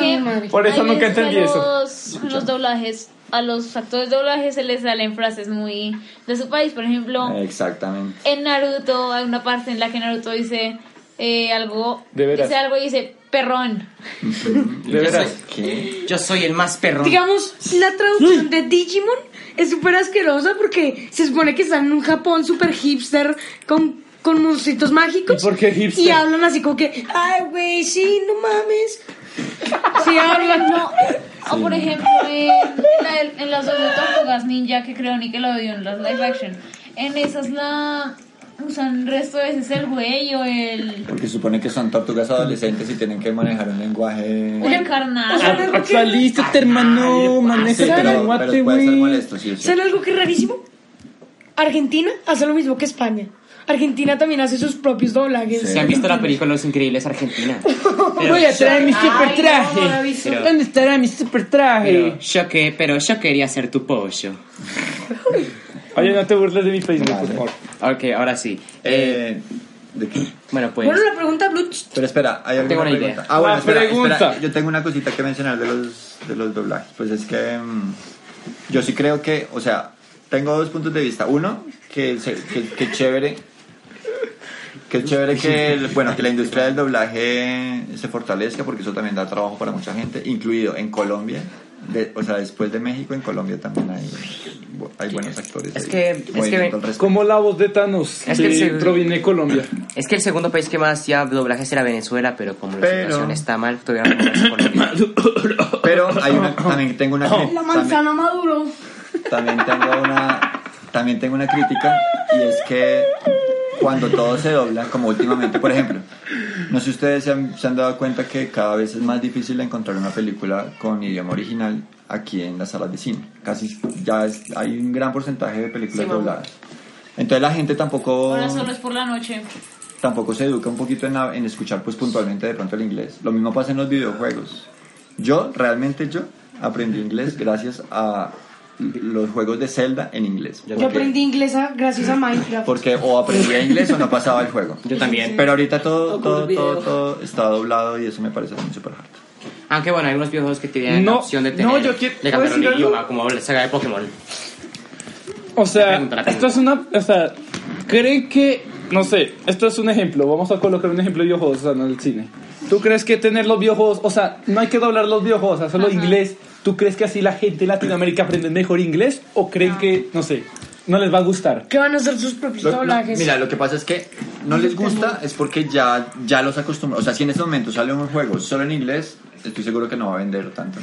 [SPEAKER 2] que
[SPEAKER 4] Por eso
[SPEAKER 2] hay
[SPEAKER 4] nunca
[SPEAKER 2] veces que a
[SPEAKER 4] entendí eso.
[SPEAKER 2] Los, a los doblajes, a los actores de doblaje se les salen frases muy de su país. Por ejemplo,
[SPEAKER 3] Eh, Exactamente.
[SPEAKER 2] en Naruto hay una parte en la que Naruto dice eh, algo,
[SPEAKER 4] De veras.
[SPEAKER 2] dice algo y dice perrón.
[SPEAKER 4] De veras.
[SPEAKER 3] ¿Qué?
[SPEAKER 1] Yo soy el más perrón.
[SPEAKER 6] Digamos, la traducción de Digimon es súper asquerosa porque se supone que están en un Japón súper hipster con, con monstruitos mágicos.
[SPEAKER 4] ¿Y por qué hipster?
[SPEAKER 6] Y hablan así como que, ay, güey, sí, no mames. Sí, hablan. No.
[SPEAKER 2] O por ejemplo, en, la- en las dos tortugas ninja que creo Nickelodeon, las live action, en esas la usan resto de veces el güey o el,
[SPEAKER 3] Porque supone que son tortugas adolescentes y tienen que manejar un lenguaje.
[SPEAKER 2] o el carnal.
[SPEAKER 4] A- Actualízate, hermano, maneja
[SPEAKER 3] Sí,
[SPEAKER 4] la
[SPEAKER 3] pero,
[SPEAKER 4] lengua,
[SPEAKER 3] pero
[SPEAKER 4] te
[SPEAKER 3] puede ser
[SPEAKER 4] güey.
[SPEAKER 3] molesto, sí, sí.
[SPEAKER 6] ¿Saben algo que es rarísimo? Argentina hace lo mismo que España. Argentina también hace sus propios doblajes.
[SPEAKER 1] ¿Se han visto la película Los Increíbles Argentina?
[SPEAKER 9] Voy a traer mi super
[SPEAKER 7] no, no lo he
[SPEAKER 9] traje.
[SPEAKER 7] visto.
[SPEAKER 9] ¿Dónde estará mi super traje?
[SPEAKER 1] Pero yo, que, pero yo quería ser tu pollo.
[SPEAKER 4] Oye, no te burles de mi Facebook,
[SPEAKER 10] Vale.
[SPEAKER 4] por favor.
[SPEAKER 1] Ok, ahora sí. Eh,
[SPEAKER 3] Eh, ¿De qué?
[SPEAKER 1] bueno, pues...
[SPEAKER 6] Bueno, la pregunta, Bluch.
[SPEAKER 3] Pero espera, hay
[SPEAKER 1] tengo
[SPEAKER 3] alguna
[SPEAKER 1] una
[SPEAKER 3] pregunta.
[SPEAKER 1] idea.
[SPEAKER 3] Ah, bueno,
[SPEAKER 4] La
[SPEAKER 3] espera,
[SPEAKER 4] pregunta.
[SPEAKER 3] espera, Yo tengo una cosita que mencionar de los, de los doblajes. Pues es que mm, yo sí creo que, o sea, tengo dos puntos de vista. Uno, que, se- que, que chévere. Que es chévere que, el- bueno, que la industria del doblaje se fortalezca porque eso también da trabajo para mucha gente, incluido en Colombia. De- o sea, después de México, en Colombia también hay, hay buenos actores.
[SPEAKER 1] Es
[SPEAKER 3] ahí.
[SPEAKER 1] que- es que-
[SPEAKER 3] Movimiento al respecto.
[SPEAKER 4] Como la voz de Thanos
[SPEAKER 1] Es que
[SPEAKER 4] de
[SPEAKER 1] se-
[SPEAKER 4] Proviné Colombia.
[SPEAKER 1] Es que el segundo país que más ya doblajes era Venezuela, pero como la
[SPEAKER 3] Pero-
[SPEAKER 1] situación está mal, todavía no más Colombia.
[SPEAKER 3] Pero hay una, también tengo una...
[SPEAKER 6] La
[SPEAKER 3] también-
[SPEAKER 6] manzana maduró.
[SPEAKER 3] también tengo una también tengo una crítica y es que cuando todo se dobla como últimamente por ejemplo no sé si ustedes se han, se han dado cuenta que cada vez es más difícil encontrar una película con idioma original aquí en las salas de cine casi ya es- hay un gran porcentaje de películas dobladas entonces la gente tampoco
[SPEAKER 2] Ahora solo es por la noche.
[SPEAKER 3] tampoco se educa un poquito en, la- en escuchar pues puntualmente de pronto el inglés. Lo mismo pasa en los videojuegos. Yo, realmente yo, aprendí inglés gracias a los juegos de Zelda en inglés.
[SPEAKER 6] Yo aprendí inglés a- gracias a Minecraft.
[SPEAKER 3] Porque o aprendía inglés o no pasaba el juego.
[SPEAKER 1] Yo también.
[SPEAKER 3] Pero ahorita todo,
[SPEAKER 5] O
[SPEAKER 3] todo,
[SPEAKER 5] por video.
[SPEAKER 3] todo, todo está doblado y eso me parece muy super hard.
[SPEAKER 1] Aunque bueno, hay unos videojuegos que tienen la
[SPEAKER 4] No,
[SPEAKER 1] opción de tener,
[SPEAKER 4] no, yo quiero-
[SPEAKER 1] de
[SPEAKER 4] ¿puedo
[SPEAKER 1] cambiar un
[SPEAKER 4] decir algo?
[SPEAKER 1] idioma, como la saga de Pokémon.
[SPEAKER 4] O
[SPEAKER 1] La
[SPEAKER 4] sea,
[SPEAKER 1] pregunta, la pregunta.
[SPEAKER 4] esto es una. O sea, ¿creen que.? No sé, esto es un ejemplo. Vamos a colocar un ejemplo de videojuegos o sea, no el cine. ¿Tú crees que tener los videojuegos. O sea, no hay que doblar los videojuegos, o sea, solo inglés. ¿Tú crees que así la gente en Latinoamérica aprende mejor inglés? ¿O creen que, no sé, no les va a gustar?
[SPEAKER 6] ¿Qué van a hacer sus propios
[SPEAKER 3] Lo- lo-
[SPEAKER 6] doblajes?
[SPEAKER 3] mira, lo que pasa es que no les gusta es porque ya, ya los acostumbran. O sea, si en este momento sale un juego solo en inglés, estoy seguro que no va a vender tanto.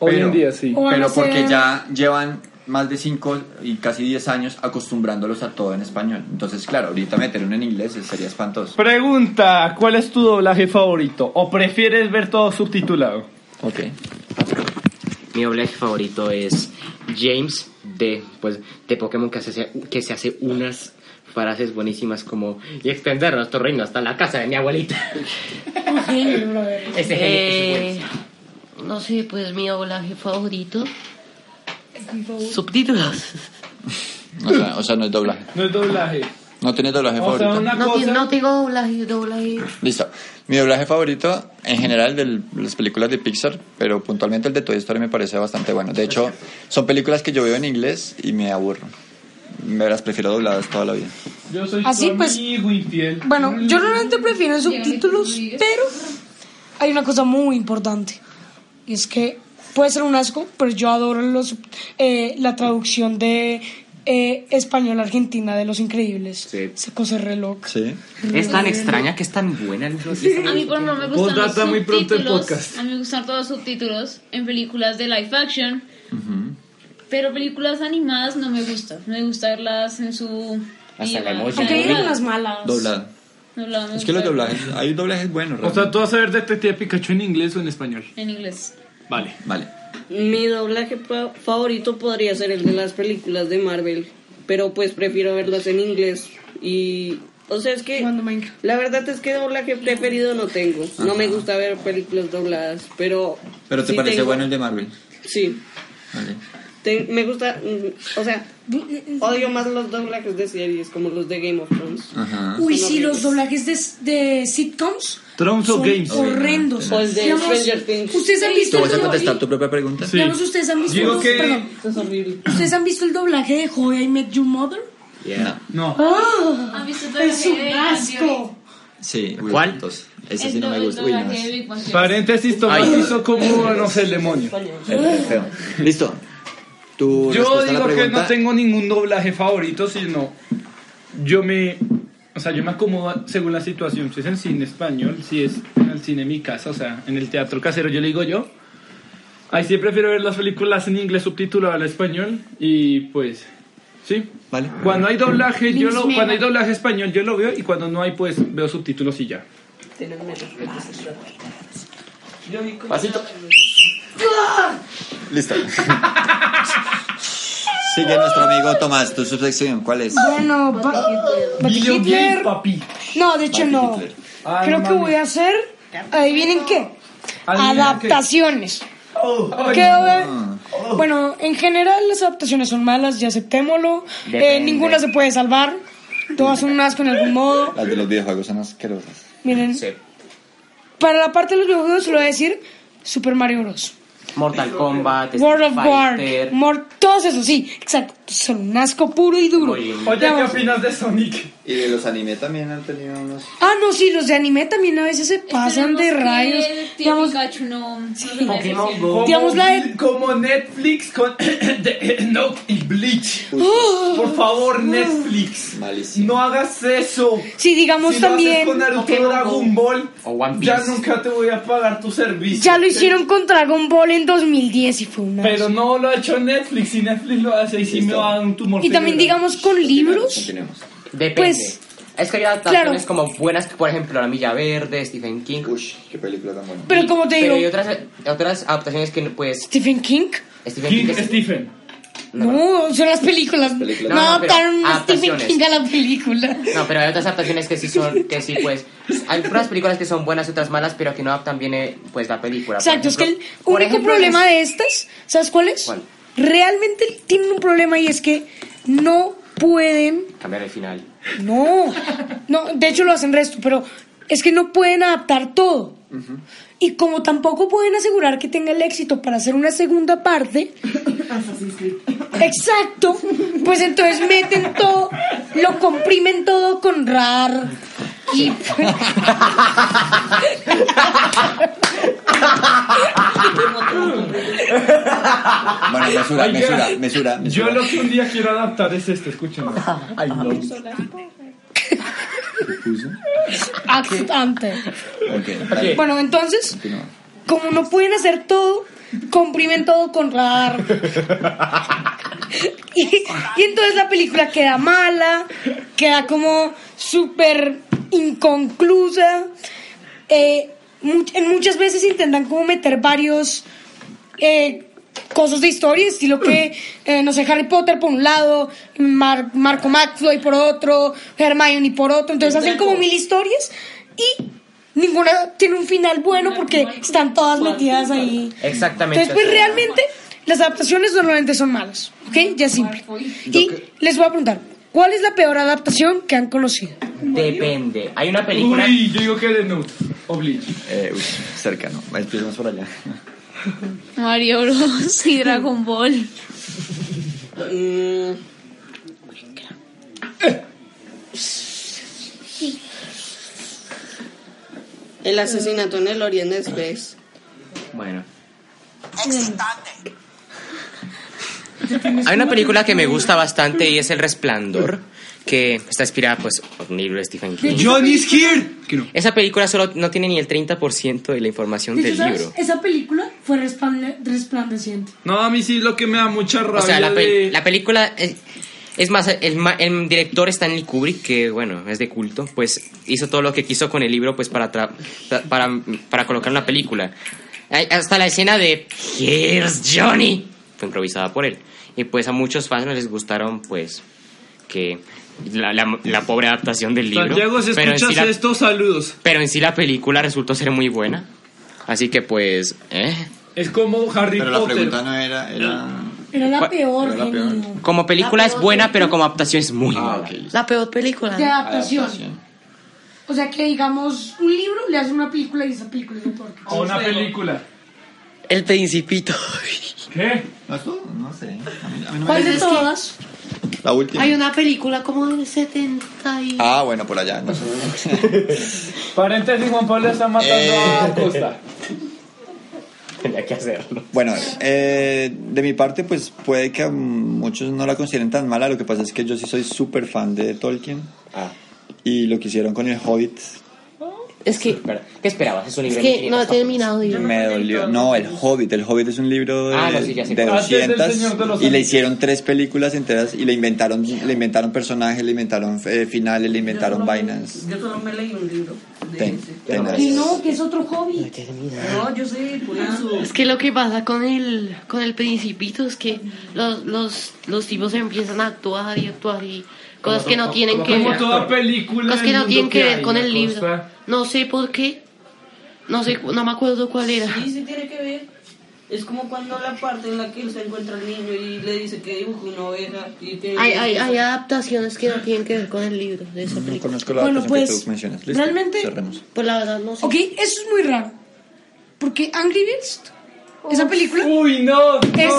[SPEAKER 4] Hoy
[SPEAKER 3] Pero-
[SPEAKER 4] en día sí.
[SPEAKER 6] O van a
[SPEAKER 3] Pero porque
[SPEAKER 6] ser-
[SPEAKER 3] ya llevan más de 5 y casi 10 años acostumbrándolos a todo en español. Entonces, claro, ahorita meter uno en inglés sería espantoso.
[SPEAKER 4] Pregunta: ¿Cuál es tu doblaje favorito? ¿O prefieres ver todo subtitulado?
[SPEAKER 3] Ok.
[SPEAKER 1] Mi doblaje favorito es James de, pues, de Pokémon que, hace, que se hace unas frases buenísimas como y extender nuestro reino hasta la casa de mi abuelita.
[SPEAKER 6] Un genio, brother.
[SPEAKER 1] Ese genio, ese
[SPEAKER 7] Eh,
[SPEAKER 1] buenísimo.
[SPEAKER 7] no sé, pues mi doblaje favorito. Subtítulos.
[SPEAKER 10] O sea, o sea, no es doblaje.
[SPEAKER 4] No es doblaje.
[SPEAKER 10] No tienes doblaje favorito.
[SPEAKER 7] No, ti- no tengo doblaje, doblaje.
[SPEAKER 10] Listo. Mi doblaje favorito, en general, de las películas de Pixar, pero puntualmente el de Toy Story me parece bastante bueno. De hecho, son películas que yo veo en inglés y me aburro. Me las prefiero dobladas toda la vida.
[SPEAKER 4] Yo soy
[SPEAKER 6] Así,
[SPEAKER 4] tu
[SPEAKER 6] pues-
[SPEAKER 4] amigo infiel.
[SPEAKER 6] Bueno, yo realmente prefiero subtítulos, pero hay una cosa muy importante. Y es que puede ser un asco, pero yo adoro los, sub- eh, la traducción de eh, español argentina de Los Increíbles.
[SPEAKER 1] Sí.
[SPEAKER 6] Se cose reloj.
[SPEAKER 10] Sí.
[SPEAKER 1] Es tan extraña que es tan buena. al mismo tiempo.
[SPEAKER 2] A mí por no me gustan los
[SPEAKER 4] Postdata muy pronto el
[SPEAKER 2] subtítulos.
[SPEAKER 4] podcast.
[SPEAKER 2] A mí me gustan todos los subtítulos en películas de live action. Pero películas animadas no me gustan. Me gusta verlas en su...
[SPEAKER 1] Hasta
[SPEAKER 2] idioma.
[SPEAKER 1] la emoji.
[SPEAKER 6] Aunque hay algunas malas.
[SPEAKER 10] Doblada.
[SPEAKER 2] Doblado me
[SPEAKER 10] Es que los
[SPEAKER 2] gusta
[SPEAKER 10] doblajes, hay doblajes buenos.
[SPEAKER 4] O sea,
[SPEAKER 10] realmente.
[SPEAKER 4] ¿tú vas a ver Detective Pikachu en inglés o en español?
[SPEAKER 2] En inglés.
[SPEAKER 4] Vale.
[SPEAKER 10] Vale.
[SPEAKER 5] Mi doblaje fa- favorito podría ser el de las películas de Marvel, pero pues prefiero verlas en inglés y o sea, es que
[SPEAKER 6] Cuando Minecraft.
[SPEAKER 5] la verdad es que doblaje preferido no tengo. No me gusta ver películas dobladas, pero
[SPEAKER 10] Pero te
[SPEAKER 5] sí
[SPEAKER 10] parece
[SPEAKER 5] tengo-
[SPEAKER 10] bueno el de Marvel.
[SPEAKER 5] Sí.
[SPEAKER 10] Vale.
[SPEAKER 5] Te- me gusta, mm, o sea, odio más los doblajes de series como los de Game of Thrones.
[SPEAKER 10] Ajá.
[SPEAKER 6] Uy, sí, los doblajes de, de sitcoms
[SPEAKER 4] Thrones
[SPEAKER 6] son
[SPEAKER 4] of Games.
[SPEAKER 6] horrendos.
[SPEAKER 5] O el de
[SPEAKER 6] Digamos,
[SPEAKER 5] Stranger Things.
[SPEAKER 6] ¿Ustedes han visto
[SPEAKER 10] ¿Tú vas a
[SPEAKER 6] el do-
[SPEAKER 10] contestar tu propia pregunta?
[SPEAKER 4] Sí.
[SPEAKER 6] digamos, ¿ustedes han visto
[SPEAKER 4] Digo
[SPEAKER 6] los-
[SPEAKER 4] que-
[SPEAKER 6] perdón,
[SPEAKER 5] Esto es horrible.
[SPEAKER 6] ¿Ustedes han visto el doblaje de How I Met Your Mother?
[SPEAKER 10] No.
[SPEAKER 4] No.
[SPEAKER 6] ¡Ah!
[SPEAKER 2] ¿Han visto el
[SPEAKER 6] ¡Es un
[SPEAKER 2] doblaje de Big Bang Theory?
[SPEAKER 6] asco!
[SPEAKER 10] Sí. uy,
[SPEAKER 1] ¿Cuál?
[SPEAKER 10] entonces, Ese
[SPEAKER 2] El
[SPEAKER 10] sí no me
[SPEAKER 2] do- el
[SPEAKER 10] gusta. Uy, no.
[SPEAKER 2] doblaje de Big Bang Theory.
[SPEAKER 4] Paréntesis, Tomás
[SPEAKER 10] Ay.
[SPEAKER 4] hizo como, no sé, el demonio.
[SPEAKER 10] El feo. Listo. Tu
[SPEAKER 4] Yo
[SPEAKER 10] respuesta a la
[SPEAKER 4] digo que
[SPEAKER 10] pregunta-
[SPEAKER 4] no tengo ningún doblaje favorito, sino yo me... O sea, yo me acomodo según la situación. Si es en cine español, si es en el cine en mi casa, o sea, en el teatro casero, yo le digo yo. Ahí sí prefiero ver las películas en inglés subtitulado al español y pues... Sí.
[SPEAKER 10] Vale.
[SPEAKER 4] Cuando hay doblaje, yo lo,
[SPEAKER 2] Mismera.
[SPEAKER 4] cuando hay doblaje español, yo lo veo y cuando no hay, pues veo subtítulos y ya.
[SPEAKER 5] Tenenme respeto.
[SPEAKER 10] Listo.
[SPEAKER 11] Sigue nuestro amigo Tomás, tu subsección, ¿cuál es?
[SPEAKER 6] Bueno, ba- Batik Hitler.
[SPEAKER 4] papi.
[SPEAKER 6] No, de hecho no.
[SPEAKER 11] Hitler.
[SPEAKER 4] Ay,
[SPEAKER 6] Creo
[SPEAKER 4] no
[SPEAKER 6] que
[SPEAKER 4] mames.
[SPEAKER 6] voy a hacer. ¿Adivinen qué?
[SPEAKER 4] Adivinen qué.
[SPEAKER 6] Adaptaciones. ¿Qué
[SPEAKER 11] Ah,
[SPEAKER 6] va a- Bueno, en general las adaptaciones son malas, ya aceptémoslo. Eh,
[SPEAKER 1] Depende.
[SPEAKER 6] ninguna se puede salvar. Todas son un asco en algún modo.
[SPEAKER 11] Las de los videojuegos son asquerosas.
[SPEAKER 6] Miren,
[SPEAKER 1] Sí.
[SPEAKER 6] para la parte de los videojuegos se lo voy a decir Super Mario Bros.
[SPEAKER 1] Mortal Kombat, Street
[SPEAKER 6] World of War,
[SPEAKER 1] Fighter.
[SPEAKER 6] Mor todos esos, sí, exacto. Son un asco puro y duro.
[SPEAKER 1] Morimos.
[SPEAKER 4] Oye, ¿qué
[SPEAKER 6] Digamos,
[SPEAKER 4] opinas de Sonic?
[SPEAKER 11] Y de los anime también han tenido unos...
[SPEAKER 6] Ah, no, sí, los de anime también a veces se pasan de rayos.
[SPEAKER 2] Digamos,
[SPEAKER 6] Digamos,
[SPEAKER 2] Pikachu no. no se me hace
[SPEAKER 1] Pokémon
[SPEAKER 2] así.
[SPEAKER 1] Go.
[SPEAKER 6] Digamos, la de-
[SPEAKER 4] como Netflix con de- Note y Bleach. Por favor, Netflix.
[SPEAKER 11] Malísimo.
[SPEAKER 4] No hagas eso.
[SPEAKER 6] sí, digamos
[SPEAKER 4] si
[SPEAKER 6] también.
[SPEAKER 4] Lo haces con Naruto
[SPEAKER 1] Pokémon
[SPEAKER 4] Dragon Ball,
[SPEAKER 1] O One
[SPEAKER 4] ya
[SPEAKER 1] Piece.
[SPEAKER 4] nunca te voy a pagar tu servicio.
[SPEAKER 6] Ya lo hicieron con Dragon Ball en 2010 y fue una.
[SPEAKER 4] Pero no lo ha hecho Netflix. Y Netflix lo hace y si me
[SPEAKER 11] Listo.
[SPEAKER 4] va a dar un tumor.
[SPEAKER 6] y también,
[SPEAKER 4] cerebral.
[SPEAKER 6] digamos, con libros.
[SPEAKER 11] Continuemos.
[SPEAKER 1] Depende.
[SPEAKER 6] Pues,
[SPEAKER 1] es que hay adaptaciones
[SPEAKER 6] claro.
[SPEAKER 1] como buenas, por ejemplo, La Milla Verde, Stephen King.
[SPEAKER 11] Uy, qué película tan buena.
[SPEAKER 6] Pero como te
[SPEAKER 1] Pero hay
[SPEAKER 6] digo,
[SPEAKER 1] otras, otras adaptaciones que, pues,
[SPEAKER 6] Stephen King.
[SPEAKER 1] Stephen
[SPEAKER 4] King
[SPEAKER 1] King es-
[SPEAKER 4] Stephen.
[SPEAKER 1] No,
[SPEAKER 6] No, son las películas.
[SPEAKER 11] películas.
[SPEAKER 1] No,
[SPEAKER 6] No
[SPEAKER 1] no, pero
[SPEAKER 6] adaptaron a Stephen
[SPEAKER 1] adaptaciones.
[SPEAKER 6] King a la película.
[SPEAKER 1] No, pero hay otras adaptaciones que sí son, que sí, pues, hay unas películas que son buenas y otras malas, pero que no adaptan bien, eh, pues, la película. Por
[SPEAKER 6] Exacto, es que el
[SPEAKER 1] ejemplo- por
[SPEAKER 6] único
[SPEAKER 1] ejemplo,
[SPEAKER 6] problema
[SPEAKER 1] es-
[SPEAKER 6] de estas, ¿sabes cuál es?
[SPEAKER 1] ¿Cuál?
[SPEAKER 6] Realmente tienen un problema y es que no pueden
[SPEAKER 1] Cambiar el final.
[SPEAKER 6] No, no, de hecho lo hacen resto, pero es que no pueden adaptar todo. Y como tampoco pueden asegurar que tenga el éxito para hacer una segunda parte, exacto, pues entonces meten todo, lo comprimen todo con RAR. Y
[SPEAKER 11] Bueno, mesura,
[SPEAKER 4] Oiga,
[SPEAKER 11] mesura, mesura,
[SPEAKER 4] Yo
[SPEAKER 11] mesura.
[SPEAKER 4] lo que un día quiero adaptar es este, escúchenlo.
[SPEAKER 6] accidente.
[SPEAKER 11] Ok,
[SPEAKER 1] Ok.
[SPEAKER 6] Bueno, entonces,
[SPEAKER 11] continúa.
[SPEAKER 6] como no pueden hacer todo, comprimen todo con radar. y, y entonces la película queda mala, queda como súper inconclusa. Eh, mu- en muchas veces intentan como meter varios eh, cosas de historia, estilo que, eh, no sé, Harry Potter por un lado, Mar- Marco McFly por otro, Hermione por otro, entonces hacen como mil historias y ninguna tiene un final bueno porque están todas metidas ahí.
[SPEAKER 1] Exactamente.
[SPEAKER 6] Entonces, pues realmente las adaptaciones normalmente son malas, ¿ok? Ya es simple. Y les voy a preguntar, ¿cuál es la peor adaptación que han conocido?
[SPEAKER 1] Depende. Hay una película.
[SPEAKER 4] Uy, yo digo que de Note o Bleach.
[SPEAKER 11] Eh, uy, cerca, no. Empecemos por allá.
[SPEAKER 2] Mario Bros. y Dragon Ball.
[SPEAKER 5] Mm, El asesinato en el Oriente Express.
[SPEAKER 1] Bueno. Hay una película que me gusta bastante y es El Resplandor, que está inspirada, pues, por un libro de Stephen King.
[SPEAKER 4] Johnny's here.
[SPEAKER 1] Esa película solo no tiene ni el 30% de la información del libro.
[SPEAKER 6] Esa película fue resplandeciente.
[SPEAKER 4] No, a mí sí lo que me da mucha rabia.
[SPEAKER 1] O sea, la, pe-
[SPEAKER 4] de-
[SPEAKER 1] la película es, es más, el, ma- el director Stanley Kubrick, que bueno, es de culto, pues hizo todo lo que quiso con el libro pues para, tra- tra- para, para colocar una película. Hay- Hasta la escena de Here's Johnny fue improvisada por él. Y pues a muchos fans no les gustaron pues que la, la- la pobre adaptación del libro.
[SPEAKER 4] Santiago, si
[SPEAKER 1] pero en sí
[SPEAKER 4] escuchas
[SPEAKER 1] la-
[SPEAKER 4] esto, saludos.
[SPEAKER 1] pero en sí la película resultó ser muy buena. Así que pues... ¿eh?
[SPEAKER 4] Es como Harry
[SPEAKER 11] Pero la
[SPEAKER 4] Potter.
[SPEAKER 11] pregunta no era... era...
[SPEAKER 6] Era la
[SPEAKER 1] ¿Cuál-
[SPEAKER 6] peor,
[SPEAKER 11] era la peor?
[SPEAKER 6] genio,
[SPEAKER 1] Como película
[SPEAKER 7] La
[SPEAKER 1] es
[SPEAKER 7] peor
[SPEAKER 1] buena, pero como adaptación es muy
[SPEAKER 11] Ah,
[SPEAKER 1] mala.
[SPEAKER 11] ok.
[SPEAKER 7] La peor película.
[SPEAKER 6] de
[SPEAKER 11] Ah,
[SPEAKER 7] ¿no?
[SPEAKER 6] adaptación. O sea, que digamos un libro, le hacen una película y esa película es de porquería.
[SPEAKER 4] O una película.
[SPEAKER 7] El Principito.
[SPEAKER 4] ¿Qué?
[SPEAKER 11] ¿No estuvo? No sé. A mí- a mí no me-
[SPEAKER 6] ¿Cuál de
[SPEAKER 7] Pues es que-
[SPEAKER 6] todas?
[SPEAKER 11] La última.
[SPEAKER 7] Hay una película como del 70 y...
[SPEAKER 11] Ah, bueno, por allá. No sé.
[SPEAKER 4] Paréntesis, Juan Pablo está matando a
[SPEAKER 11] Eh.
[SPEAKER 4] Costa.
[SPEAKER 1] Tenía que hacerlo.
[SPEAKER 11] Bueno, eh, de mi parte, pues puede que a muchos no la consideren tan mala. Lo que pasa es que
[SPEAKER 1] Ah.
[SPEAKER 11] yo sí soy súper fan de Tolkien. Y lo que hicieron con el Hobbit
[SPEAKER 7] Es que,
[SPEAKER 1] Espera, ¿Qué esperabas? Es un
[SPEAKER 7] es
[SPEAKER 1] libro de
[SPEAKER 7] que no
[SPEAKER 1] 1500
[SPEAKER 7] he terminado, digo.
[SPEAKER 3] Me dolió. No, El Hobbit. El Hobbit es un libro de,
[SPEAKER 1] Ah, no, sí, ya sé
[SPEAKER 3] de
[SPEAKER 1] cuál.
[SPEAKER 4] Ah, sí, es del
[SPEAKER 3] 200
[SPEAKER 4] Señor de los
[SPEAKER 3] y le
[SPEAKER 4] Anillos.
[SPEAKER 3] hicieron tres películas enteras y le inventaron, le inventaron personajes, le inventaron eh, finales, le inventaron
[SPEAKER 5] solo-
[SPEAKER 3] vainas.
[SPEAKER 5] Yo solo me leí un libro de
[SPEAKER 3] Ten-
[SPEAKER 5] ese.
[SPEAKER 3] tenaz.
[SPEAKER 6] Que no, que es otro hobby.
[SPEAKER 5] No, yo soy una
[SPEAKER 7] Es que lo que pasa con el, con el principito es que los, los, los tipos empiezan a actuar y actuar y cosas que no tienen que
[SPEAKER 4] Como
[SPEAKER 7] ver.
[SPEAKER 4] toda película.
[SPEAKER 7] Cosas que
[SPEAKER 4] del
[SPEAKER 7] no
[SPEAKER 4] mundo
[SPEAKER 7] tienen que ver
[SPEAKER 4] hay,
[SPEAKER 7] con
[SPEAKER 4] la
[SPEAKER 7] el libro.
[SPEAKER 4] cosa-
[SPEAKER 7] No sé por qué. No sé, no me acuerdo cuál era.
[SPEAKER 5] Sí, sí tiene que ver. Es como cuando la parte en la que él se encuentra al niño y le dice que dibuje una oveja. Y que
[SPEAKER 7] Hay, hay, hay adaptaciones que no tienen que ver con el libro de esa
[SPEAKER 3] No
[SPEAKER 7] película.
[SPEAKER 3] conozco la
[SPEAKER 6] Bueno,
[SPEAKER 3] adaptación
[SPEAKER 6] pues,
[SPEAKER 3] que tú mencionas. Listo,
[SPEAKER 6] realmente-
[SPEAKER 3] cerremos.
[SPEAKER 7] Pues la verdad no sé.
[SPEAKER 6] Ok, eso es muy raro. Porque Angry Birds, esa película,
[SPEAKER 4] Uy, no.
[SPEAKER 6] es...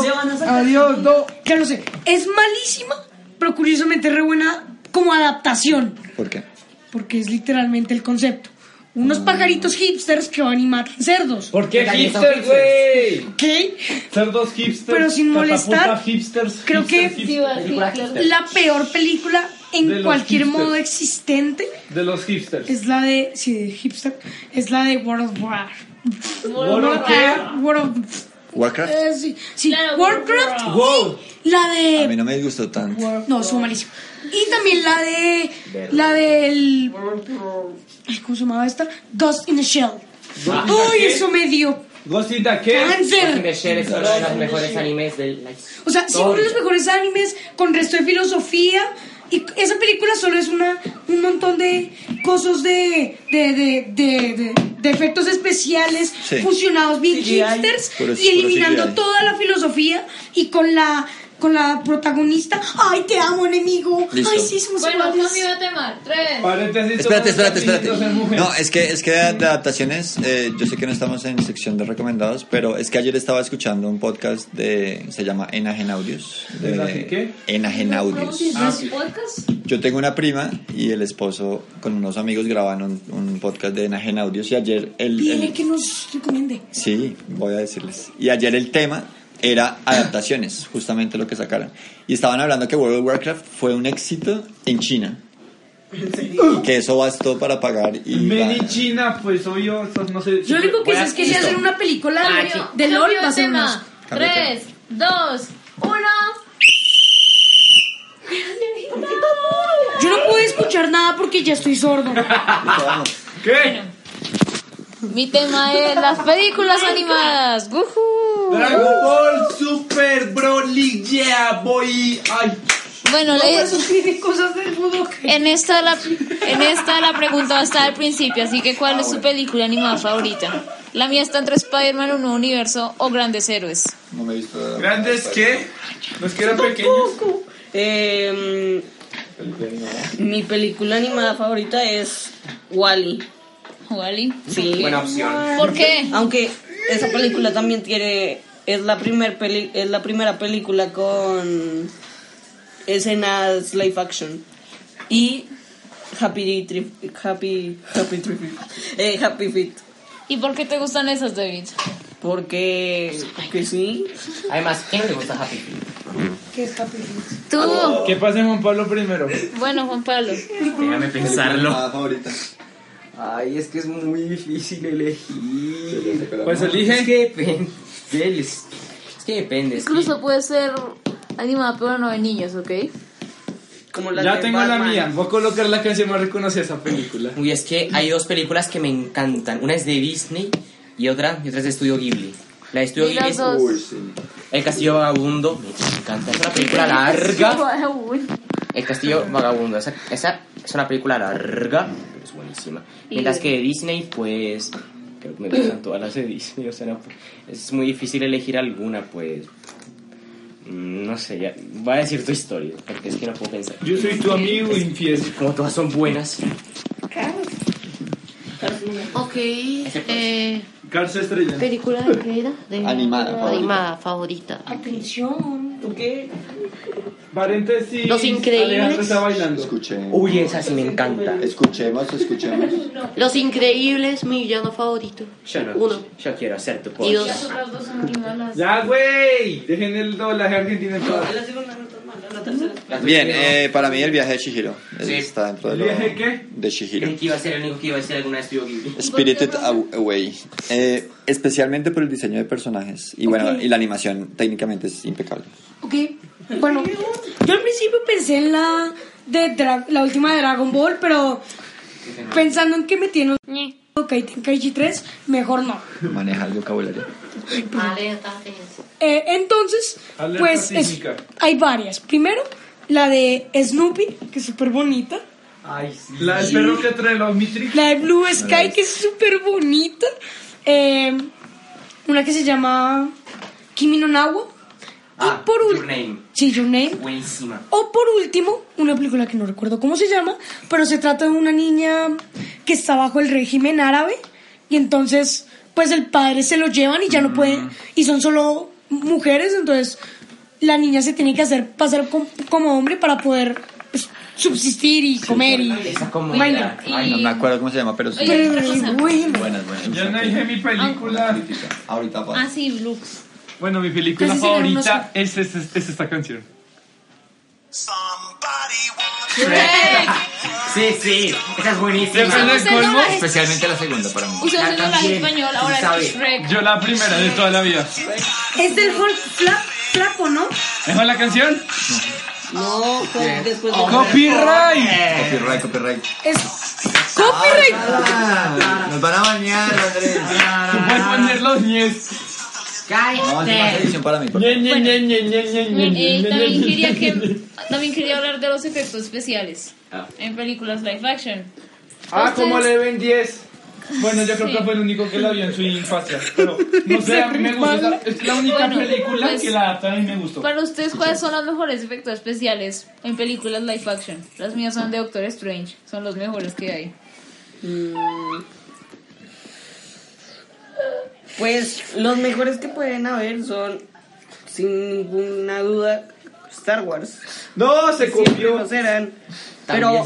[SPEAKER 8] Adiós, no.
[SPEAKER 6] Ya no sé, es malísima, pero curiosamente re buena como adaptación.
[SPEAKER 3] ¿Por qué?
[SPEAKER 6] Porque es literalmente el concepto. Unos pajaritos hipsters que van y matan cerdos.
[SPEAKER 4] ¿Por qué
[SPEAKER 1] Galletas
[SPEAKER 4] hipster, güey?
[SPEAKER 6] ¿Ok?
[SPEAKER 4] Cerdos hipsters.
[SPEAKER 6] Pero sin molestar,
[SPEAKER 4] catapultas Hipsters,
[SPEAKER 6] creo
[SPEAKER 4] hipsters,
[SPEAKER 6] que-
[SPEAKER 2] Sí,
[SPEAKER 4] hipsters.
[SPEAKER 2] va a decir, claro.
[SPEAKER 6] La peor película en
[SPEAKER 4] De los
[SPEAKER 6] cualquier
[SPEAKER 4] hipsters.
[SPEAKER 6] modo existente
[SPEAKER 4] De los hipsters.
[SPEAKER 6] es la de. Sí, de hipster. Es la de World of War.
[SPEAKER 4] World of Warcraft.
[SPEAKER 6] World of-
[SPEAKER 3] Warcraft.
[SPEAKER 6] eh, sí, sí,
[SPEAKER 2] Claro,
[SPEAKER 6] Warcraft.
[SPEAKER 4] Wow.
[SPEAKER 6] y La
[SPEAKER 3] A mí
[SPEAKER 6] de.
[SPEAKER 3] no me gustó tanto.
[SPEAKER 6] No, estuvo malísimo. Y también la de. La del. ay, ¿Cómo se llamaba esta? Ghost in the Shell. Uy, eso me dio
[SPEAKER 4] Ghost in the Shell.
[SPEAKER 1] Ghost in
[SPEAKER 6] cáncer.
[SPEAKER 1] the Shell es uno de los mejores animes de la historia.
[SPEAKER 6] O sea, si uno de los mejores animes con resto de filosofía. Y esa película solo es una, un montón de cosas de, de, de, de, de- de efectos especiales
[SPEAKER 3] Sí.
[SPEAKER 6] fusionados bien
[SPEAKER 11] CGI.
[SPEAKER 6] hipsters
[SPEAKER 3] Puro-
[SPEAKER 6] y eliminando
[SPEAKER 3] puro CGI.
[SPEAKER 6] toda la filosofía y con la con la protagonista. Ay, te amo, enemigo.
[SPEAKER 3] Listo.
[SPEAKER 6] Ay, sí, somos
[SPEAKER 2] Bueno,
[SPEAKER 6] iguales".
[SPEAKER 2] cambio de tema. Tres.
[SPEAKER 4] Paréntesis.
[SPEAKER 3] Espérate, espérate, espérate.
[SPEAKER 4] Niños en mujeres.
[SPEAKER 3] No, eh, es que, es que de adaptaciones, eh, yo sé que no estamos en sección de recomendados, pero es que ayer estaba escuchando un podcast de, se llama Enajen Audios. de-
[SPEAKER 4] ¿Enajen qué?
[SPEAKER 3] Enajen Audios.
[SPEAKER 4] Ah,
[SPEAKER 2] ¿Es
[SPEAKER 4] sí.
[SPEAKER 2] podcast?
[SPEAKER 3] Yo tengo una prima y el esposo con unos amigos graban un, un podcast de Enajen Audios y ayer el,
[SPEAKER 6] Dile
[SPEAKER 3] el-
[SPEAKER 6] que nos recomiende.
[SPEAKER 3] Sí, voy a decirles. Y ayer el tema era adaptaciones, justamente lo que sacaron. Y estaban hablando que World of Warcraft fue un éxito en China. Y que eso bastó para pagar y...
[SPEAKER 4] Made in
[SPEAKER 3] la-
[SPEAKER 4] China, pues obvio, estos no sé.
[SPEAKER 6] Yo lo único que
[SPEAKER 4] Voy
[SPEAKER 6] sé
[SPEAKER 4] a- Ah,
[SPEAKER 6] es que si
[SPEAKER 3] listo.
[SPEAKER 6] hacen una película de-
[SPEAKER 2] Cambio-
[SPEAKER 6] de LOL
[SPEAKER 2] cambio
[SPEAKER 6] va a ser
[SPEAKER 2] tema.
[SPEAKER 6] una.
[SPEAKER 3] Cambio de
[SPEAKER 2] Tres, dos, uno.
[SPEAKER 6] Yo no pude escuchar nada porque ya estoy sordo.
[SPEAKER 3] Listo, vamos.
[SPEAKER 4] ¿Qué?
[SPEAKER 2] Mi tema es las películas animadas. ¡Wujú!
[SPEAKER 4] Dragon
[SPEAKER 6] Uh.
[SPEAKER 4] Ball Super Broly, yeah, boy. Ay,
[SPEAKER 2] Bueno, le-
[SPEAKER 6] tiene cosas del mundo que...
[SPEAKER 2] en esta la en esta la pregunta va a estar al principio, así que ¿cuál es su película animada favorita? La mía está entre Spider-Man, Un Nuevo Universo o Grandes Héroes.
[SPEAKER 3] No me he visto...
[SPEAKER 4] ¿grandes qué? Los que eran pequeños.
[SPEAKER 5] Eh, mi película animada favorita es Wally.
[SPEAKER 2] Wally.
[SPEAKER 5] Sí.
[SPEAKER 1] Buena opción.
[SPEAKER 2] ¿Por qué?
[SPEAKER 5] Aunque esa película también tiene es la primer peli, es la primera película con escenas live action y Happy Trip, Happy Happy Trip, eh, Happy Feet
[SPEAKER 2] ¿Y por qué te gustan esas, David?
[SPEAKER 5] porque porque sí
[SPEAKER 1] Además, ¿quién le gusta Happy Feet?
[SPEAKER 2] Tú.
[SPEAKER 4] Que pase Juan Pablo primero.
[SPEAKER 2] Bueno, Juan Pablo.
[SPEAKER 1] Déjame pensarlo.
[SPEAKER 3] Nada Ah, favorita.
[SPEAKER 12] Ay, es que es muy difícil elegir.
[SPEAKER 4] Pues
[SPEAKER 1] Es
[SPEAKER 4] elige.
[SPEAKER 1] que depende. Es que depende. es que-
[SPEAKER 2] Incluso puede ser animada, pero no de niños, ¿ok?
[SPEAKER 5] como la
[SPEAKER 4] Ya
[SPEAKER 5] de
[SPEAKER 4] tengo la
[SPEAKER 5] Batman.
[SPEAKER 4] mía. Voy a colocar la canción más reconocida de esa película.
[SPEAKER 1] Uy, es que hay dos películas que me encantan. Una es de Disney y otra, y otra es de Estudio Ghibli. La de Estudio
[SPEAKER 2] Y
[SPEAKER 1] Ghibli
[SPEAKER 2] las
[SPEAKER 1] es
[SPEAKER 2] dos.
[SPEAKER 1] El Castillo Vagabundo. Me encanta. Es una película larga.
[SPEAKER 2] Uy.
[SPEAKER 1] El Castillo Vagabundo. Esa, esa es una película larga, pero es buenísima. Mientras que de Disney, pues. Creo que me gustan todas las de Disney. O sea, no- es muy difícil elegir alguna, pues. mm, No sé, ya. Voy a decir tu historia, porque es que no puedo pensar.
[SPEAKER 4] Yo soy tu amigo infiel.
[SPEAKER 1] Como todas son buenas.
[SPEAKER 7] Ok, eh,
[SPEAKER 4] Cárcel estrella.
[SPEAKER 7] película de qué era? De-
[SPEAKER 3] Animada, favorita.
[SPEAKER 7] Animada, favorita.
[SPEAKER 6] Atención.
[SPEAKER 4] Paréntesis.
[SPEAKER 7] Los Increíbles.
[SPEAKER 4] Alejandro está bailando.
[SPEAKER 3] Escuchemos.
[SPEAKER 1] Uy, esa sí me encanta.
[SPEAKER 3] Escuchemos, escuchemos.
[SPEAKER 7] Los Increíbles, mi villano favorito.
[SPEAKER 1] Yo no. Pues.
[SPEAKER 7] Uno.
[SPEAKER 1] Yo quiero ser tu
[SPEAKER 7] Y
[SPEAKER 1] coach.
[SPEAKER 7] dos.
[SPEAKER 2] Las dos son muy malas.
[SPEAKER 4] Ya, güey. Dejen el doblaje argentino en todo.
[SPEAKER 5] La segunda no está mala, la tercera.
[SPEAKER 3] Bien, eh, para mí el viaje de Chihiro es-
[SPEAKER 1] Sí.
[SPEAKER 3] está dentro de
[SPEAKER 4] ¿El
[SPEAKER 3] lo
[SPEAKER 4] viaje qué?
[SPEAKER 3] de Chihiro.
[SPEAKER 1] Creí que iba a ser el único que iba a decir alguna vez Studio Ghibli.
[SPEAKER 3] Spirited Aw- Away. Eh, especialmente por el diseño de personajes. Y bueno, y la animación técnicamente es impecable.
[SPEAKER 6] Ok, bueno, yo al principio pensé en la de Dra- la última de Dragon Ball, pero pensando en que me tiene un Tenkaichi 3, mejor no.
[SPEAKER 11] Maneja el vocabulario.
[SPEAKER 7] Alerta, es.
[SPEAKER 6] Eh, entonces,
[SPEAKER 4] Alerta
[SPEAKER 6] pues es-
[SPEAKER 4] sísmica.
[SPEAKER 6] hay varias. Primero, la de Snoopy, que es súper bonita.
[SPEAKER 4] Ay, sí. La del perro que trae los mitriques.
[SPEAKER 6] La de Blue Sky, que es súper bonita. Eh, una que se llama Kimi no Nawa. Y
[SPEAKER 1] Ah,
[SPEAKER 6] por
[SPEAKER 1] Your
[SPEAKER 6] último...
[SPEAKER 1] Name.
[SPEAKER 6] Sí, Your Name.
[SPEAKER 1] Buenísima.
[SPEAKER 6] O por último, una película que no recuerdo cómo se llama, pero se trata de una niña que está bajo el régimen árabe y entonces pues el padre se lo llevan y ya no puede y son solo mujeres, entonces la niña se tiene que hacer pasar com- como hombre para poder pues, subsistir y comer y
[SPEAKER 1] Esa como
[SPEAKER 6] Bueno,
[SPEAKER 11] Ay, no me acuerdo cómo se llama, pero sí.
[SPEAKER 6] Pero, bueno,
[SPEAKER 11] Buenas, buenas.
[SPEAKER 4] Yo no dije mi película.
[SPEAKER 11] Ahorita pues. pasa.
[SPEAKER 2] Ah, sí, Lux.
[SPEAKER 4] Bueno, mi película
[SPEAKER 6] Casi sería un Oscar.
[SPEAKER 4] favorita es, es- es- es esta canción.
[SPEAKER 1] Sí, sí. Esa es buenísima.
[SPEAKER 4] Depende del colmo.
[SPEAKER 11] Especialmente la segunda para mí.
[SPEAKER 2] Usted
[SPEAKER 1] Ah,
[SPEAKER 2] haciendo la
[SPEAKER 1] también,
[SPEAKER 2] español,
[SPEAKER 1] sí
[SPEAKER 2] ahora
[SPEAKER 1] sabe.
[SPEAKER 2] es Shrek. Eh,
[SPEAKER 4] Yo la primera de toda la vida.
[SPEAKER 6] es del Hulk fla- flaco, ¿no?
[SPEAKER 4] ¿Es la canción?
[SPEAKER 5] No, con- después
[SPEAKER 4] Oh.
[SPEAKER 5] de...
[SPEAKER 1] Eh,
[SPEAKER 4] ¡Copyright!
[SPEAKER 11] Copyright, copyright.
[SPEAKER 6] Es copyright.
[SPEAKER 11] Ah, Nos van a bañar, Andrés.
[SPEAKER 4] Puedes poner los ñes.
[SPEAKER 11] No, es una edición para mí. pues. por favor.
[SPEAKER 4] Ñe, ñe, ñe, ñe, ñe, ñe, ñe, ñe,
[SPEAKER 2] Eh,
[SPEAKER 4] ñe,
[SPEAKER 2] también
[SPEAKER 4] ñe.
[SPEAKER 2] quería que también quería hablar de los efectos especiales
[SPEAKER 1] Ah.
[SPEAKER 2] en películas live action.
[SPEAKER 4] Ah, como
[SPEAKER 2] Ustedes-
[SPEAKER 4] le ven 10. Bueno, yo creo
[SPEAKER 2] Sí.
[SPEAKER 4] que fue el único que la vio en su infancia. Pero, no sé, a mí me gusta. esa- Es la única
[SPEAKER 2] Bueno,
[SPEAKER 4] película
[SPEAKER 2] pues-
[SPEAKER 4] que la adaptan y me gustó.
[SPEAKER 2] Para ustedes, ¿cuáles son los mejores efectos especiales en películas live action? Las mías son de Doctor Strange, son los mejores que hay.
[SPEAKER 5] Mm. Pues los mejores que pueden haber son, sin ninguna duda, Star Wars.
[SPEAKER 4] No, se
[SPEAKER 5] Siempre
[SPEAKER 4] copió.
[SPEAKER 5] lo serán. Pero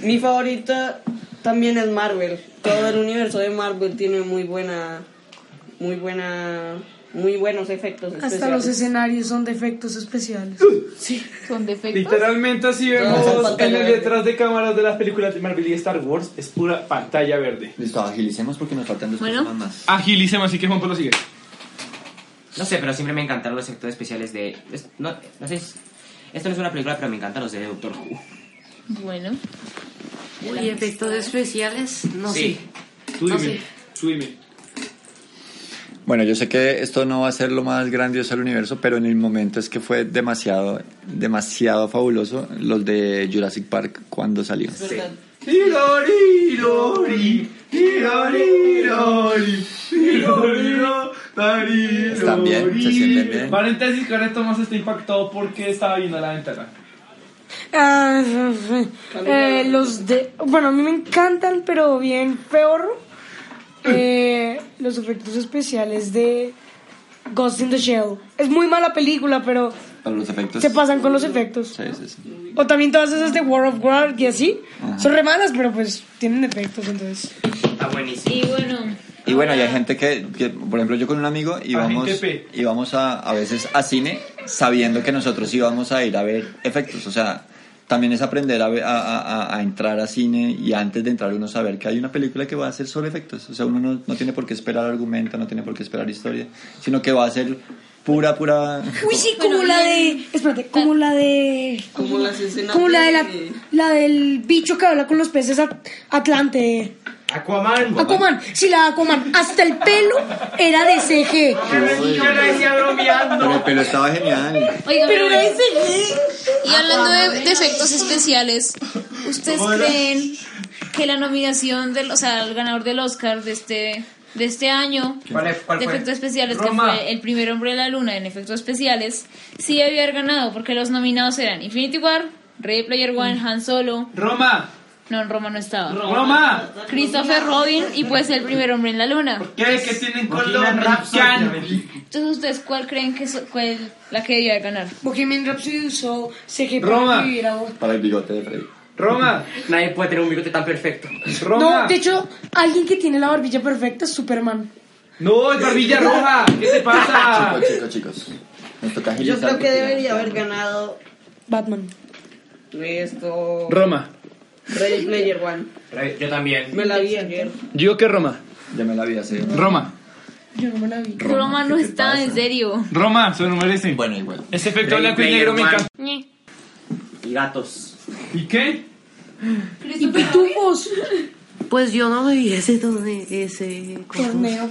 [SPEAKER 5] mi favorita también es Marvel. Todo el universo de Marvel tiene muy buena, muy buena, muy buenos efectos
[SPEAKER 6] Hasta los
[SPEAKER 5] especiales.
[SPEAKER 6] escenarios son de efectos especiales.
[SPEAKER 2] Son defectos.
[SPEAKER 4] Literalmente así
[SPEAKER 5] No,
[SPEAKER 4] vemos
[SPEAKER 5] pantalla
[SPEAKER 4] en el
[SPEAKER 5] verde.
[SPEAKER 4] detrás de cámaras de las películas de Marvel y Star Wars es pura pantalla verde.
[SPEAKER 11] Listo, agilicemos porque nos faltan dos
[SPEAKER 2] Bueno.
[SPEAKER 11] personas más.
[SPEAKER 4] Agilicemos, así que Juan Pablo sigue.
[SPEAKER 1] No sé, pero siempre me encantaron los efectos especiales de. es- no, no sé. si- Esto no es una película, pero me encantan los de Doctor Who.
[SPEAKER 2] Bueno,
[SPEAKER 7] Y efectos especiales, no
[SPEAKER 1] Sí.
[SPEAKER 4] Tú
[SPEAKER 7] No,
[SPEAKER 4] dime,
[SPEAKER 7] sí.
[SPEAKER 4] tú dime.
[SPEAKER 3] Bueno, yo sé que esto no va a ser lo más grandioso del universo, pero en el momento es que fue demasiado, demasiado fabuloso los de Jurassic Park cuando salió.
[SPEAKER 2] verdad.
[SPEAKER 4] Lirori, lori, lirori, lori, lirori, lori,
[SPEAKER 3] Están bien, se sienten bien.
[SPEAKER 4] Paréntesis, con esto más está impactado porque estaba viendo la ventana.
[SPEAKER 6] Ah, eh, los de. Bueno, a mí me encantan, pero bien peor. eh, los efectos especiales de Ghost in the Shell. Es muy mala película, pero
[SPEAKER 3] Para los efectos.
[SPEAKER 6] se pasan con los efectos.
[SPEAKER 3] Sí, sí, sí.
[SPEAKER 6] O también todas esas de War of War y así. Son re malas, pero pues tienen efectos, entonces.
[SPEAKER 1] Está buenísimo.
[SPEAKER 2] y bueno,
[SPEAKER 11] Y bueno, y hay gente que, que, por ejemplo, yo con un amigo íbamos,
[SPEAKER 4] Agente
[SPEAKER 11] íbamos a, a veces a cine sabiendo que nosotros íbamos a ir a ver efectos. O sea, también es aprender a, ve- a- a- a- a entrar a cine y antes de entrar uno saber que hay una película que va a ser solo efectos. O sea, uno no, no tiene por qué esperar argumento, no tiene por qué esperar historia, sino que va a ser pura, pura...
[SPEAKER 6] Uy, sí, como la de. Espérate, como la de.
[SPEAKER 5] Como las escenas
[SPEAKER 6] Como la de la,
[SPEAKER 5] de-
[SPEAKER 6] la del bicho que habla con los peces at- Atlante.
[SPEAKER 12] Aquaman.
[SPEAKER 6] Aquaman, si la Aquaman, hasta el pelo era de CG.
[SPEAKER 5] Ah,
[SPEAKER 11] Pero el pelo estaba genial.
[SPEAKER 2] oigan,
[SPEAKER 6] Pero era de
[SPEAKER 2] bueno,
[SPEAKER 6] CG.
[SPEAKER 2] y hablando de, de efectos especiales, ¿ustedes creen que la nominación del, o sea, el ganador del Oscar de este de este año
[SPEAKER 1] ¿Cuál, es- cuál
[SPEAKER 2] de efectos
[SPEAKER 1] fue?
[SPEAKER 2] especiales,
[SPEAKER 4] Roma.
[SPEAKER 2] que fue el primer hombre de la luna en efectos especiales, sí debió haber ganado, porque los nominados eran Infinity War, Ready Player One, Han Solo,
[SPEAKER 4] Roma,
[SPEAKER 2] no, en Roma no estaba,
[SPEAKER 4] Roma,
[SPEAKER 2] Christopher Robin y pues el primer hombre en la luna.
[SPEAKER 4] ¿qué, qué tienen con los
[SPEAKER 1] Bohemian Rhapsody.
[SPEAKER 4] mexicanos?
[SPEAKER 2] Entonces, ¿ustedes cuál creen que es cuál- la que debió haber ganar?
[SPEAKER 6] Bohemian Rhapsody usó CG
[SPEAKER 4] Roma.
[SPEAKER 6] para vivir a
[SPEAKER 11] Para el bigote de Freddy.
[SPEAKER 4] Roma,
[SPEAKER 1] Nadie puede tener un bigote tan perfecto.
[SPEAKER 4] Roma.
[SPEAKER 6] No, de hecho, alguien que tiene la barbilla perfecta es Superman.
[SPEAKER 4] No, es barbilla roja. ¿Qué te pasa? Ah.
[SPEAKER 11] Chicos, chicos, chicos. Nos toca
[SPEAKER 5] Yo
[SPEAKER 11] agilizar
[SPEAKER 5] creo que
[SPEAKER 11] porque-
[SPEAKER 5] debería haber ganado
[SPEAKER 6] Batman.
[SPEAKER 5] Esto.
[SPEAKER 4] Roma.
[SPEAKER 5] Ready Player One.
[SPEAKER 1] Yo también.
[SPEAKER 5] Me la vi ayer.
[SPEAKER 4] Digo que Roma.
[SPEAKER 13] Ya me la vi hace.
[SPEAKER 4] Roma.
[SPEAKER 6] Yo no me la vi.
[SPEAKER 2] Roma no
[SPEAKER 13] ¿qué te
[SPEAKER 2] está, en
[SPEAKER 13] pasa?
[SPEAKER 2] serio.
[SPEAKER 4] Roma, se lo merece.
[SPEAKER 3] Bueno, igual.
[SPEAKER 4] Ese efecto
[SPEAKER 1] Ready
[SPEAKER 4] blanco y
[SPEAKER 1] Player
[SPEAKER 4] negro me
[SPEAKER 1] One.
[SPEAKER 4] encanta.
[SPEAKER 7] Ñe.
[SPEAKER 1] Y gatos.
[SPEAKER 4] ¿Y qué?
[SPEAKER 6] Y pitufos.
[SPEAKER 7] Pues yo no vi ese torne- ese
[SPEAKER 6] Torneo.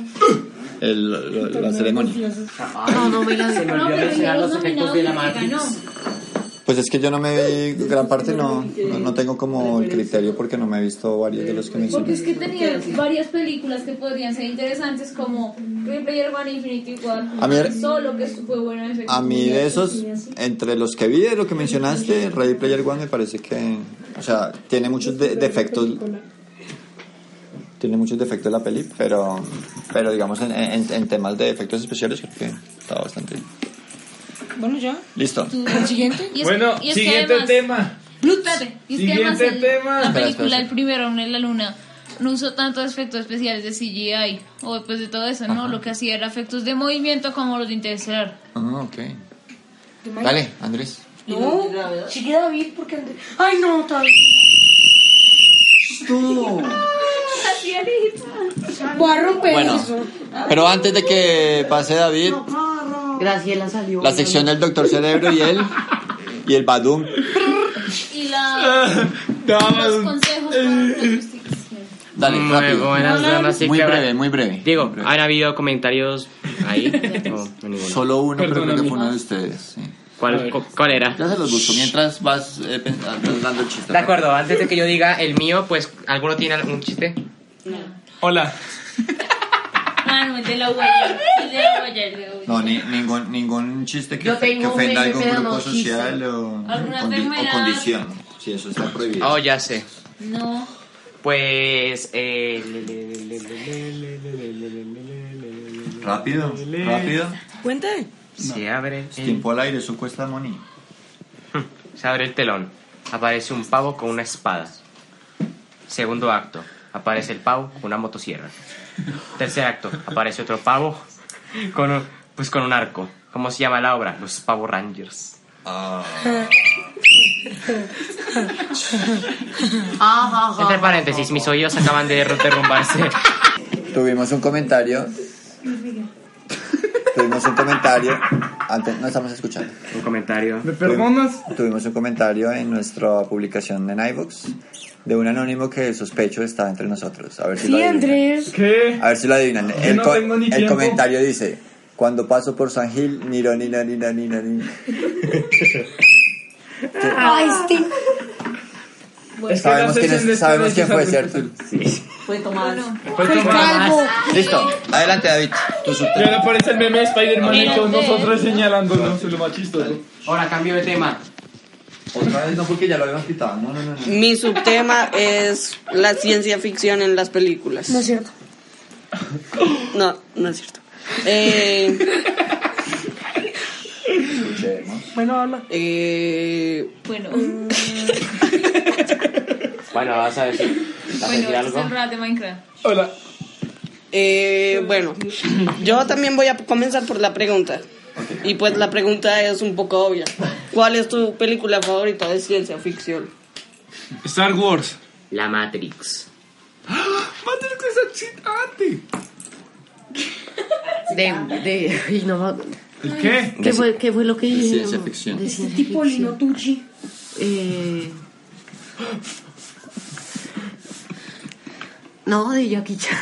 [SPEAKER 3] El- la- la, ceremonia.
[SPEAKER 7] No, no vi la
[SPEAKER 1] Ah, Se me
[SPEAKER 2] No,
[SPEAKER 1] olvidó
[SPEAKER 2] pero
[SPEAKER 1] mencionar
[SPEAKER 2] yo
[SPEAKER 1] los
[SPEAKER 2] los
[SPEAKER 1] efectos
[SPEAKER 2] nominados
[SPEAKER 1] de la
[SPEAKER 2] que ganó.
[SPEAKER 1] Matrix.
[SPEAKER 3] Pues es que yo no me vi gran parte, no, no, no tengo como el criterio porque no me he visto varios de los que
[SPEAKER 2] Porque
[SPEAKER 3] mencioné.
[SPEAKER 2] es que tenía varias películas que podrían ser interesantes como Ready Player One Infinity War.
[SPEAKER 3] A ver.
[SPEAKER 2] Solo que fue buena efecto.
[SPEAKER 3] A mí de esos, entre los que vi de lo que mencionaste, Ready Player One me parece que, o sea, tiene muchos de- defectos, tiene muchos defectos la peli, pero, pero digamos en, en- en temas de efectos especiales creo que está bastante bien.
[SPEAKER 6] Bueno, ya.
[SPEAKER 3] listo.
[SPEAKER 6] El siguiente.
[SPEAKER 2] Y es-
[SPEAKER 4] Bueno,
[SPEAKER 2] y es que
[SPEAKER 4] siguiente
[SPEAKER 2] además-
[SPEAKER 4] tema.
[SPEAKER 2] Espérate, y es que
[SPEAKER 4] Siguiente
[SPEAKER 2] además el-
[SPEAKER 4] tema.
[SPEAKER 2] la
[SPEAKER 3] Espera,
[SPEAKER 2] película
[SPEAKER 3] espera,
[SPEAKER 2] El primer hombre en la luna no usó tantos efectos especiales de CGI o después de todo eso, ¿no? Lo que hacía era efectos de movimiento como los de Interstellar.
[SPEAKER 3] Ah, ok. Dale, Andrés.
[SPEAKER 6] No, sigue David porque... André- Ay, no, otra vez. Voy a romper
[SPEAKER 3] Bueno,
[SPEAKER 6] eso.
[SPEAKER 3] pero antes de que pase David,
[SPEAKER 7] Graciela salió.
[SPEAKER 3] la sección del Doctor Cerebro y él, y el Badum.
[SPEAKER 2] Y la, los consejos para la justicia.
[SPEAKER 3] Dale,
[SPEAKER 1] Muy
[SPEAKER 3] rápido.
[SPEAKER 1] buenas damas y
[SPEAKER 3] Muy
[SPEAKER 1] caballeros.
[SPEAKER 3] breve, muy breve.
[SPEAKER 1] Digo,
[SPEAKER 3] Muy breve.
[SPEAKER 1] ¿han habido comentarios ahí? No, no ninguno.
[SPEAKER 3] Solo uno, pero creo
[SPEAKER 4] Perdóname.
[SPEAKER 3] que fue uno de ustedes. sí.
[SPEAKER 1] ¿Cuál, cu- cuál era?
[SPEAKER 3] Ya se los busco mientras vas eh, pen- dando el chiste.
[SPEAKER 1] De acuerdo, antes de que yo diga el mío, pues, ¿alguno tiene algún chiste?
[SPEAKER 4] Hola.
[SPEAKER 2] Ah, no, el de la huella. El de la huella, el de la huella.
[SPEAKER 3] No, ni- ningún, ningún chiste que,
[SPEAKER 7] Yo tengo
[SPEAKER 3] que ofenda a
[SPEAKER 7] un
[SPEAKER 3] algún
[SPEAKER 7] meme de
[SPEAKER 3] grupo
[SPEAKER 7] los chistes.
[SPEAKER 3] social o, o
[SPEAKER 2] Alguna
[SPEAKER 3] condi-
[SPEAKER 2] enfermedad.
[SPEAKER 3] o condición. Sí, eso está prohibido.
[SPEAKER 1] Oh, ya sé.
[SPEAKER 2] No.
[SPEAKER 1] Pues, eh, le- le- le- le- le-
[SPEAKER 3] Rápido, rápido.
[SPEAKER 5] Cuente.
[SPEAKER 1] se abre el,
[SPEAKER 3] Tiempo al aire, eso cuesta money.
[SPEAKER 1] se abre el telón. Aparece un pavo con una espada. Segundo acto, aparece el pavo con una motosierra. Tercer acto, aparece otro pavo con un, pues con un arco. ¿Cómo se llama la obra? Los Pavo Rangers. Entre paréntesis, mis oídos acaban de derrumbarse.
[SPEAKER 3] Tuvimos un comentario. Tuvimos un comentario. Antes no estamos escuchando.
[SPEAKER 1] Un comentario.
[SPEAKER 4] ¿Me perdonas?
[SPEAKER 3] Tuvimos un comentario en nuestra publicación en iVoox de un anónimo que sospecho está entre nosotros. A ver si lo
[SPEAKER 6] Sí,
[SPEAKER 3] adivinan.
[SPEAKER 6] Andrés.
[SPEAKER 4] ¿Qué?
[SPEAKER 3] A ver si lo adivinan.
[SPEAKER 4] Yo
[SPEAKER 3] El,
[SPEAKER 4] no
[SPEAKER 3] co-
[SPEAKER 4] tengo ni
[SPEAKER 3] el
[SPEAKER 4] tiempo.
[SPEAKER 3] comentario dice: Cuando paso por San Gil, ni lo, ni lo, ni lo, ni lo, ni lo".
[SPEAKER 6] Ay, este.
[SPEAKER 4] Es que
[SPEAKER 3] Sabemos
[SPEAKER 4] la
[SPEAKER 3] quién, es-
[SPEAKER 4] sección de este
[SPEAKER 3] sabemos quién fue,
[SPEAKER 4] estudiantes
[SPEAKER 3] ¿cierto?
[SPEAKER 5] Fue Tomás.
[SPEAKER 4] Fue
[SPEAKER 6] El
[SPEAKER 4] Tomás.
[SPEAKER 6] calvo.
[SPEAKER 3] Listo. Adelante, David. Tú
[SPEAKER 4] Y
[SPEAKER 3] subte-
[SPEAKER 4] ahora aparece el meme de Spider-Man y todos
[SPEAKER 2] Mira,
[SPEAKER 4] nosotros señalándonos. Es lo más chistoso.
[SPEAKER 1] Ahora cambio de tema.
[SPEAKER 3] Otra vez no, porque ya lo habíamos quitado. No, no, no. no.
[SPEAKER 5] Mi subtema es la ciencia ficción en las películas.
[SPEAKER 6] No es cierto.
[SPEAKER 5] No, no es cierto. Eh,
[SPEAKER 6] Bueno, habla.
[SPEAKER 5] eh,
[SPEAKER 2] Bueno,
[SPEAKER 1] Bueno, vas a decir, vas a
[SPEAKER 2] bueno,
[SPEAKER 1] decir
[SPEAKER 2] este es el
[SPEAKER 1] algo.
[SPEAKER 2] rap de Minecraft.
[SPEAKER 4] Hola.
[SPEAKER 5] eh, bueno, yo también voy a comenzar por la pregunta. Y pues la pregunta es un poco obvia. ¿Cuál es tu película favorita de ciencia ficción?
[SPEAKER 4] Star Wars.
[SPEAKER 1] La Matrix.
[SPEAKER 4] Matrix es excitante.
[SPEAKER 7] De, de, ay, no, va-
[SPEAKER 4] ¿El qué?
[SPEAKER 7] ¿qué, fue, ¿Qué fue lo que dije?
[SPEAKER 3] ciencia ficción.
[SPEAKER 7] De ciencia
[SPEAKER 6] Tipo
[SPEAKER 7] ficción.
[SPEAKER 6] Lino Tucci.
[SPEAKER 7] Eh, No, de Jackie Chan.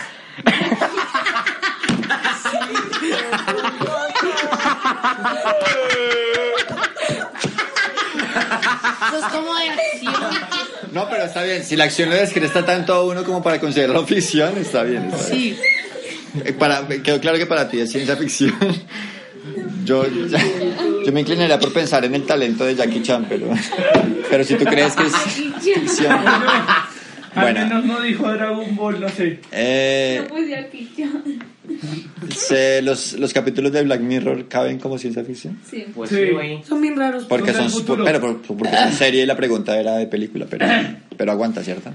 [SPEAKER 7] Pues como de acción.
[SPEAKER 3] No, pero está bien. Si la acción lo descresta tanto a uno como para considerarlo ficción, está bien. está bien.
[SPEAKER 7] Sí.
[SPEAKER 3] Eh, Para, quedó claro que para ti es ciencia ficción. Yo, yo me inclinaría por pensar en el talento de Jackie Chan, pero, pero si tú crees que es ficción.
[SPEAKER 4] Al
[SPEAKER 3] Bueno.
[SPEAKER 4] menos no dijo Dragon Ball, no sé.
[SPEAKER 3] Eh,
[SPEAKER 2] No pues ya al picho.
[SPEAKER 3] se- los, los capítulos de Black Mirror caben como ciencia ficción.
[SPEAKER 2] Sí.
[SPEAKER 1] Pues
[SPEAKER 4] Sí.
[SPEAKER 1] sí, güey.
[SPEAKER 6] Son bien raros.
[SPEAKER 3] Porque son,
[SPEAKER 4] Son del futuro.
[SPEAKER 3] pero, por- por- porque son serie y la pregunta era de película, pero, pero aguanta, ¿cierto?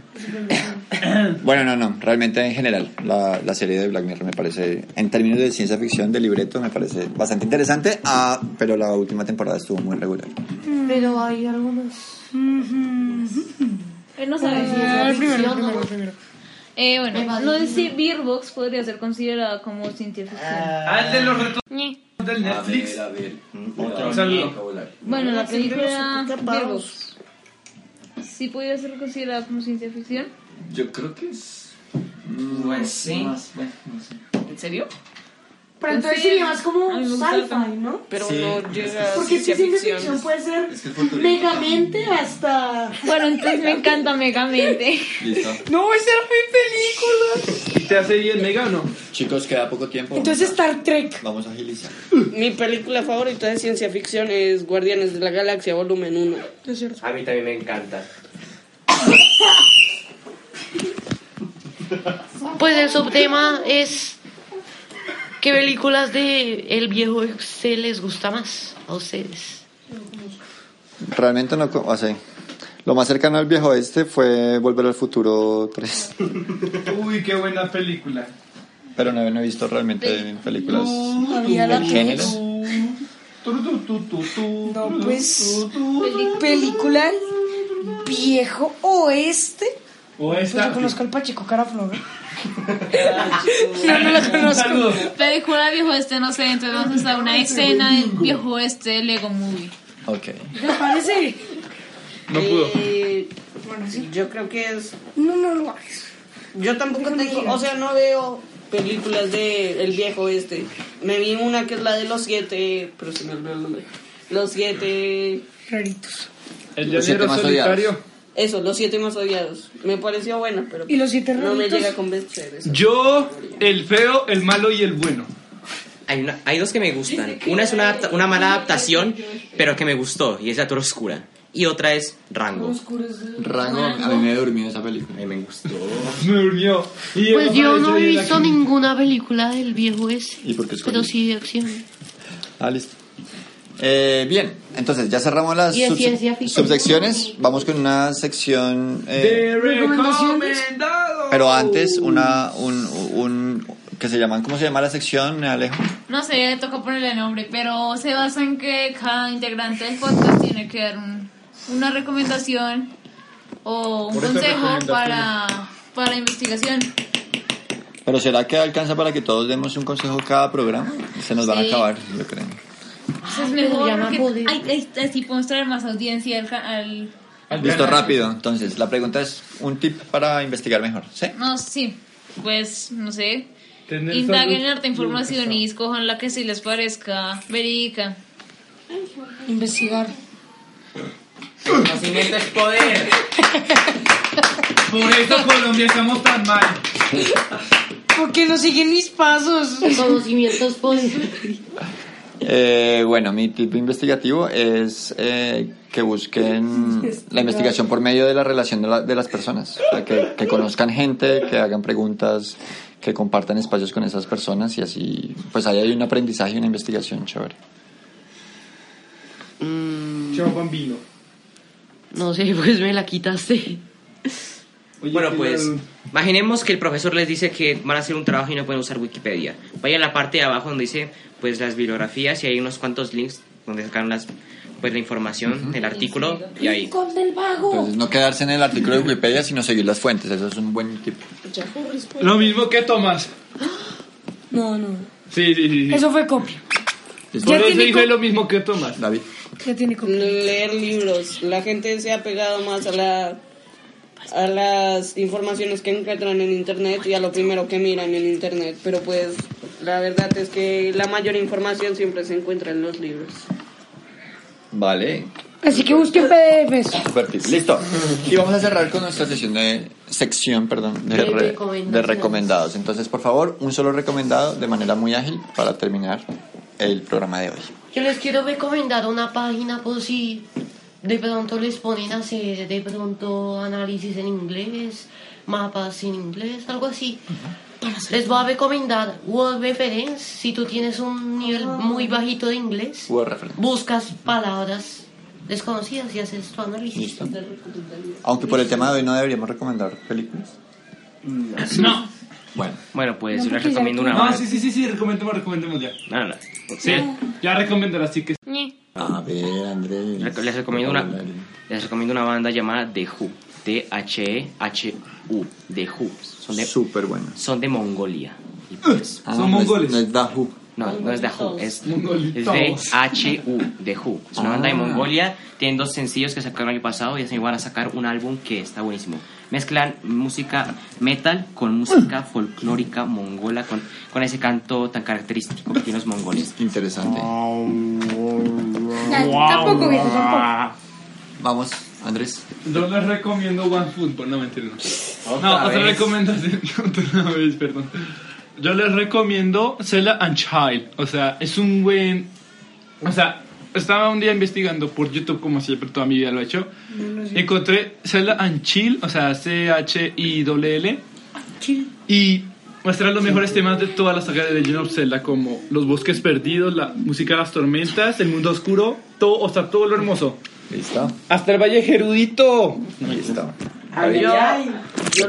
[SPEAKER 3] Bueno, no, no, realmente en general la, la serie de Black Mirror me parece, en términos de ciencia ficción, de libreto, me parece bastante interesante, ah, pero la última temporada estuvo muy regular.
[SPEAKER 7] Pero hay algunos.
[SPEAKER 2] Él no sabe si es
[SPEAKER 6] El
[SPEAKER 2] así.
[SPEAKER 6] primero, el primero, el primero.
[SPEAKER 2] Ah, Eh, bueno, no sé si Beerbox podría ser considerada como ciencia ficción.
[SPEAKER 4] Al de los retos del
[SPEAKER 3] Ah,
[SPEAKER 4] Netflix.
[SPEAKER 12] A ver,
[SPEAKER 4] O
[SPEAKER 12] otra
[SPEAKER 4] sea,
[SPEAKER 12] vez.
[SPEAKER 2] Bueno, la película
[SPEAKER 5] Siempre los
[SPEAKER 2] Beerbox. Sí podría ser considerada como ciencia ficción.
[SPEAKER 12] Yo creo que es. Pues sí. no sé.
[SPEAKER 5] ¿En serio?
[SPEAKER 6] Pero entonces
[SPEAKER 2] Sí,
[SPEAKER 6] sería más como
[SPEAKER 2] a mí me gusta
[SPEAKER 6] sci-fi, ¿no?
[SPEAKER 5] Pero
[SPEAKER 12] Sí.
[SPEAKER 5] no llega a
[SPEAKER 6] Porque es
[SPEAKER 5] ciencia
[SPEAKER 6] que ciencia
[SPEAKER 5] ficción.
[SPEAKER 6] ficción puede ser
[SPEAKER 12] Es que es futurista.
[SPEAKER 6] megamente hasta...
[SPEAKER 2] Bueno, entonces me encanta megamente.
[SPEAKER 11] Listo.
[SPEAKER 6] ¡No, esa fue película!
[SPEAKER 4] ¿Te hace bien mega o no?
[SPEAKER 3] Chicos, queda poco tiempo.
[SPEAKER 6] Entonces Star Trek.
[SPEAKER 3] Vamos a agilizar.
[SPEAKER 5] Mi película favorita de ciencia ficción es Guardianes de la Galaxia volumen 1.
[SPEAKER 6] Es cierto.
[SPEAKER 1] A mí también me encanta.
[SPEAKER 7] Pues el subtema es. ¿Qué películas de El viejo se les gusta más a ustedes?
[SPEAKER 3] Realmente no, co- o sea, lo más cercano al viejo este fue Volver al Futuro 3,
[SPEAKER 4] Uy, qué buena película.
[SPEAKER 3] pero no, no he visto realmente películas
[SPEAKER 6] Había la
[SPEAKER 3] del género.
[SPEAKER 6] tres. No, pues... Película viejo oeste.
[SPEAKER 4] O
[SPEAKER 6] Pues
[SPEAKER 4] esta.
[SPEAKER 6] yo conozco al Pachico Caraflor. ¿eh? No, no la conozco.
[SPEAKER 4] Saludos.
[SPEAKER 2] Película del viejo este, no sé, entonces vamos a estar una escena del viejo este Lego Movie.
[SPEAKER 3] Ok.
[SPEAKER 6] ¿Te parece?
[SPEAKER 4] No pudo.
[SPEAKER 5] Eh, Yo creo que es.
[SPEAKER 6] No, no lo hagas.
[SPEAKER 5] Yo tampoco tengo. O sea, no veo películas de El viejo este. Me vi una que es la de los siete. Pero se me olvidó el nombre. Los siete.
[SPEAKER 6] Raritos.
[SPEAKER 4] El
[SPEAKER 3] Los siete
[SPEAKER 4] llanero
[SPEAKER 3] más
[SPEAKER 4] solitario.
[SPEAKER 3] odiados.
[SPEAKER 5] Eso, los siete más odiados. Me pareció buena, pero.
[SPEAKER 6] ¿Y los siete
[SPEAKER 5] No me
[SPEAKER 6] raritos?
[SPEAKER 5] llega a convencer eso.
[SPEAKER 4] Yo, el feo, el malo y el bueno.
[SPEAKER 1] Hay, una- hay dos que me gustan. Una es una, adapta- una mala adaptación, pero que me gustó, y es La Torre Oscura. Y otra es Rango.
[SPEAKER 3] Rango, a mí me durmió esa película.
[SPEAKER 1] me gustó.
[SPEAKER 4] Me durmió. Y
[SPEAKER 7] Pues
[SPEAKER 4] el
[SPEAKER 7] yo no he
[SPEAKER 4] amanecer y la
[SPEAKER 7] visto
[SPEAKER 4] quinta.
[SPEAKER 7] ninguna película del viejo ese.
[SPEAKER 3] ¿Y por qué escogí?
[SPEAKER 7] Pero sí de acción.
[SPEAKER 3] Ah, listo. Eh, bien, entonces ya cerramos las
[SPEAKER 7] Y de
[SPEAKER 3] subse-
[SPEAKER 7] ciencia ficción.
[SPEAKER 3] subsecciones. Vamos con una sección. eh,
[SPEAKER 4] De recomendado.
[SPEAKER 3] Pero antes, una. Un, un- que se llaman, ¿Cómo se llama la sección, Alejo?
[SPEAKER 2] No sé, le tocó ponerle nombre, pero se basa en que cada integrante del podcast tiene que dar un- una recomendación o un
[SPEAKER 4] Por eso
[SPEAKER 2] consejo
[SPEAKER 4] recomendación.
[SPEAKER 2] para, para investigación.
[SPEAKER 3] Pero ¿será que alcanza para que todos demos un consejo cada programa? Se nos van a
[SPEAKER 2] Sí.
[SPEAKER 3] acabar, yo creo.
[SPEAKER 2] Eso es
[SPEAKER 7] Ah, pero ya
[SPEAKER 2] mejor
[SPEAKER 7] me
[SPEAKER 2] porque
[SPEAKER 7] acordé.
[SPEAKER 2] ay, ay, así podemos traer más audiencia al, ca- al-
[SPEAKER 3] Listo, rápido. Entonces, la pregunta es un tip para investigar mejor, ¿sí?
[SPEAKER 2] No, sí, pues, no sé.
[SPEAKER 4] Tener
[SPEAKER 2] Indaguen
[SPEAKER 4] salud.
[SPEAKER 2] harta información y escojan la que sí les parezca verídica.
[SPEAKER 6] Investigar.
[SPEAKER 1] Conocimiento es poder.
[SPEAKER 4] Por eso Colombia estamos tan mal.
[SPEAKER 6] Porque no siguen mis pasos.
[SPEAKER 7] Conocimientos pues. poder.
[SPEAKER 3] Eh, bueno, mi tipo investigativo es eh, que busquen la investigación por medio de la relación de, la- de las personas, O sea, que, que conozcan gente, que hagan preguntas, que compartan espacios con esas personas y así, pues ahí hay un aprendizaje y una investigación chévere.
[SPEAKER 4] Chao, bambino.
[SPEAKER 7] No sé, pues me la quitaste.
[SPEAKER 4] Oye,
[SPEAKER 1] Bueno,
[SPEAKER 4] que
[SPEAKER 1] pues,
[SPEAKER 4] la-
[SPEAKER 1] imaginemos que el profesor les dice que van a hacer un trabajo y no pueden usar Wikipedia. Vayan a la parte de abajo donde dice, pues, las bibliografías y hay unos cuantos links donde sacan las, pues, la información del artículo y ahí.
[SPEAKER 6] Con del vago.
[SPEAKER 3] Entonces, no quedarse en el artículo de Wikipedia, sino seguir las fuentes, eso es un buen tip.
[SPEAKER 4] Lo mismo que Tomás.
[SPEAKER 6] No, no.
[SPEAKER 4] Sí, sí, sí. sí.
[SPEAKER 6] Eso fue copia.
[SPEAKER 4] Por
[SPEAKER 6] Ya
[SPEAKER 4] eso
[SPEAKER 6] tiene
[SPEAKER 4] dije
[SPEAKER 6] co-
[SPEAKER 4] lo mismo que Tomás.
[SPEAKER 3] David.
[SPEAKER 6] Ya tiene copia.
[SPEAKER 5] leer libros. La gente se ha pegado más a la a las informaciones que encuentran en internet y a lo primero que miran en internet, pero pues la verdad es que la mayor información siempre se encuentra en los libros.
[SPEAKER 3] Vale,
[SPEAKER 6] Así que busquen PDFs.
[SPEAKER 3] super tip. Listo. Y vamos a cerrar con nuestra sesión de sección, perdón, de,
[SPEAKER 7] De
[SPEAKER 3] re-
[SPEAKER 7] recomendaciones.
[SPEAKER 3] de recomendados. Entonces, por favor, un solo recomendado de manera muy ágil para terminar el programa de hoy.
[SPEAKER 7] Yo les quiero recomendar una página por si de pronto les ponen a hacer de pronto análisis en inglés, mapas en inglés, algo así. Les voy a recomendar Word Reference si tú tienes un nivel muy bajito de inglés.
[SPEAKER 14] Word reference.
[SPEAKER 7] Buscas palabras desconocidas y haces tu análisis.
[SPEAKER 14] Listo.
[SPEAKER 3] Aunque por el tema de hoy no deberíamos recomendar películas. Mm,
[SPEAKER 4] No.
[SPEAKER 14] Bueno,
[SPEAKER 1] Bueno, pues
[SPEAKER 6] No,
[SPEAKER 1] les
[SPEAKER 6] porque ya
[SPEAKER 1] recomiendo
[SPEAKER 6] tú-
[SPEAKER 1] una
[SPEAKER 4] No,
[SPEAKER 1] más.
[SPEAKER 4] sí, sí, sí, sí, recomendemos, recomendemos ya.
[SPEAKER 1] No, no, no.
[SPEAKER 4] Sí, ya recomendarás, así que.
[SPEAKER 3] A ver, Andrés.
[SPEAKER 1] Reco- Les recomiendo una, les recomiendo una banda llamada The Who. T-H-E-H-U. The Who. Son de,
[SPEAKER 3] Súper buena.
[SPEAKER 1] son de Mongolia. Y
[SPEAKER 15] Eh,
[SPEAKER 1] pues,
[SPEAKER 3] Ah,
[SPEAKER 4] Son
[SPEAKER 3] no es-
[SPEAKER 4] mongoles.
[SPEAKER 3] No es Dahu.
[SPEAKER 1] no, no es The Who, es, es
[SPEAKER 4] Mongolitos.
[SPEAKER 1] D-H-U. The Who. Es una banda de
[SPEAKER 3] Ah.
[SPEAKER 1] Mongolia. Tienen dos sencillos que sacaron el año pasado y así van a sacar un álbum que está buenísimo. Mezclan música metal con
[SPEAKER 15] Mm.
[SPEAKER 1] música folclórica mongola, con, con ese canto tan característico que tienen los mongoles.
[SPEAKER 3] Interesante.
[SPEAKER 6] Nah, Tampoco, viejo, tampoco.
[SPEAKER 14] vamos, Andrés.
[SPEAKER 4] Yo les recomiendo One Football, no mentira, no.
[SPEAKER 1] Otra
[SPEAKER 4] no, otra
[SPEAKER 1] vez.
[SPEAKER 4] recomendación, otra vez, perdón. Yo les recomiendo Cella and Child, o sea, es un buen... O sea, estaba un día investigando por YouTube, como siempre toda mi vida lo he hecho. Encontré Cella and Chill, o sea, C-H-I-L-L. E, Y muestra los mejores temas de toda la saga de Legend of Zelda, como Los Bosques Perdidos, la música de las tormentas, El Mundo Oscuro, todo, o sea, todo lo hermoso.
[SPEAKER 3] Listo.
[SPEAKER 4] Hasta el Valle Gerudito.
[SPEAKER 3] Listo.
[SPEAKER 5] Yo, yo les
[SPEAKER 4] Ay,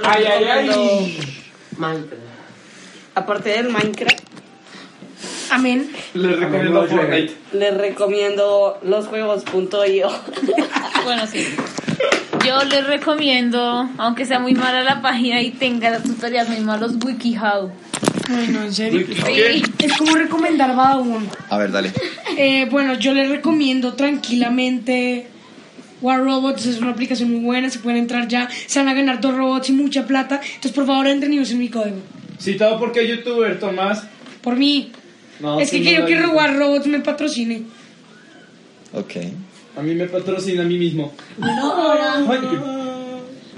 [SPEAKER 4] ay, ay.
[SPEAKER 5] recomiendo,
[SPEAKER 7] Minecraft.
[SPEAKER 5] aparte del Minecraft,
[SPEAKER 6] Amén.
[SPEAKER 4] Les recomiendo Fortnite.
[SPEAKER 5] les recomiendo losjuegos.io.
[SPEAKER 2] Bueno, sí. Yo les recomiendo, aunque sea muy mala la página y tenga las tutoriales muy malos, WikiHow.
[SPEAKER 6] Bueno, en serio.
[SPEAKER 2] Sí.
[SPEAKER 6] Es como recomendar Badabun.
[SPEAKER 3] A ver, dale.
[SPEAKER 6] Eh, bueno, yo les recomiendo tranquilamente War Robots, es una aplicación muy buena, se pueden entrar ya, se van a ganar dos robots y mucha plata, entonces por favor entren y usen mi código.
[SPEAKER 4] Citado porque youtuber Tomás.
[SPEAKER 6] Por mí.
[SPEAKER 4] No,
[SPEAKER 6] es que
[SPEAKER 4] sí,
[SPEAKER 6] quiero
[SPEAKER 4] no,
[SPEAKER 6] que
[SPEAKER 4] no.
[SPEAKER 6] War Robots me patrocine.
[SPEAKER 3] Ok.
[SPEAKER 4] A mí me patrocina a mí mismo. Ay,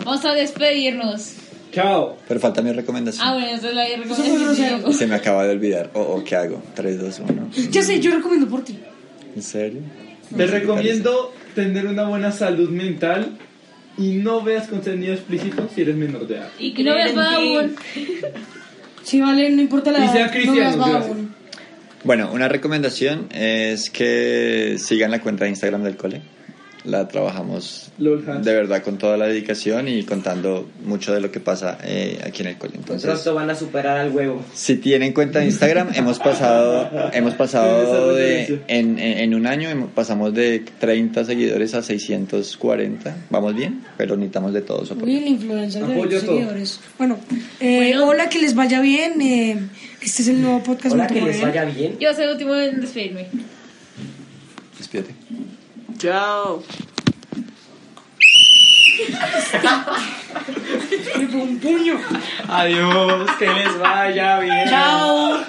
[SPEAKER 2] Vamos a despedirnos.
[SPEAKER 4] Chao.
[SPEAKER 3] Pero falta mi recomendación.
[SPEAKER 2] Ah, bueno, esa es la
[SPEAKER 6] Eso fue
[SPEAKER 2] recomendación.
[SPEAKER 6] grosero.
[SPEAKER 3] Se me acaba de olvidar. Oh, oh, ¿qué hago? 3, 2, 1.
[SPEAKER 6] Ya sé, yo recomiendo por ti.
[SPEAKER 3] ¿En serio?
[SPEAKER 4] Te recomiendo tener una buena salud mental y no veas contenido explícito si eres menor de edad.
[SPEAKER 2] Y que no veas Badabun.
[SPEAKER 6] Si vale, no importa la
[SPEAKER 4] Y
[SPEAKER 6] edad.
[SPEAKER 4] sea
[SPEAKER 6] no
[SPEAKER 4] cristiano,
[SPEAKER 6] veas Badabun.
[SPEAKER 4] gracias.
[SPEAKER 3] Bueno, una recomendación es que sigan la cuenta de Instagram del cole. La trabajamos
[SPEAKER 4] Lol, Hans.
[SPEAKER 3] de verdad con toda la dedicación y contando mucho de lo que pasa eh, aquí en el cole. Entonces,
[SPEAKER 15] Pronto van a superar al huevo.
[SPEAKER 3] si tienen cuenta de Instagram, hemos pasado, hemos pasado de, en, en- en un año, hemos- pasamos de 30 seguidores a 640. Vamos bien, pero necesitamos de todos.
[SPEAKER 6] Uy, el influencer de
[SPEAKER 4] Apoyo
[SPEAKER 6] 20
[SPEAKER 4] todo.
[SPEAKER 6] seguidores. Bueno, eh, hola, que les vaya bien. eh, este es el nuevo podcast.
[SPEAKER 15] Hola,
[SPEAKER 6] Moto
[SPEAKER 15] que
[SPEAKER 6] por
[SPEAKER 15] les
[SPEAKER 6] Él.
[SPEAKER 15] vaya bien.
[SPEAKER 2] Yo soy el último en despedirme.
[SPEAKER 3] Despídete.
[SPEAKER 5] Chao.
[SPEAKER 15] Adiós, que les vaya bien.
[SPEAKER 5] Chao.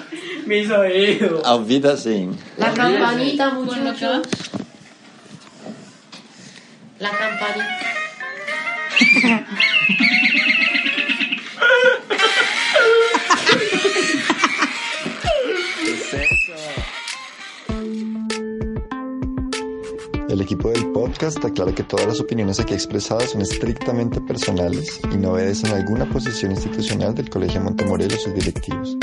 [SPEAKER 15] Mis oídos.
[SPEAKER 3] Auf Wiedersehen.
[SPEAKER 7] La campanita,
[SPEAKER 2] Bueno,
[SPEAKER 7] muchachos. La campanita.
[SPEAKER 3] El equipo del podcast aclara que todas las opiniones aquí expresadas son estrictamente personales y no obedecen a alguna posición institucional del Colegio Montemorelos y sus directivos.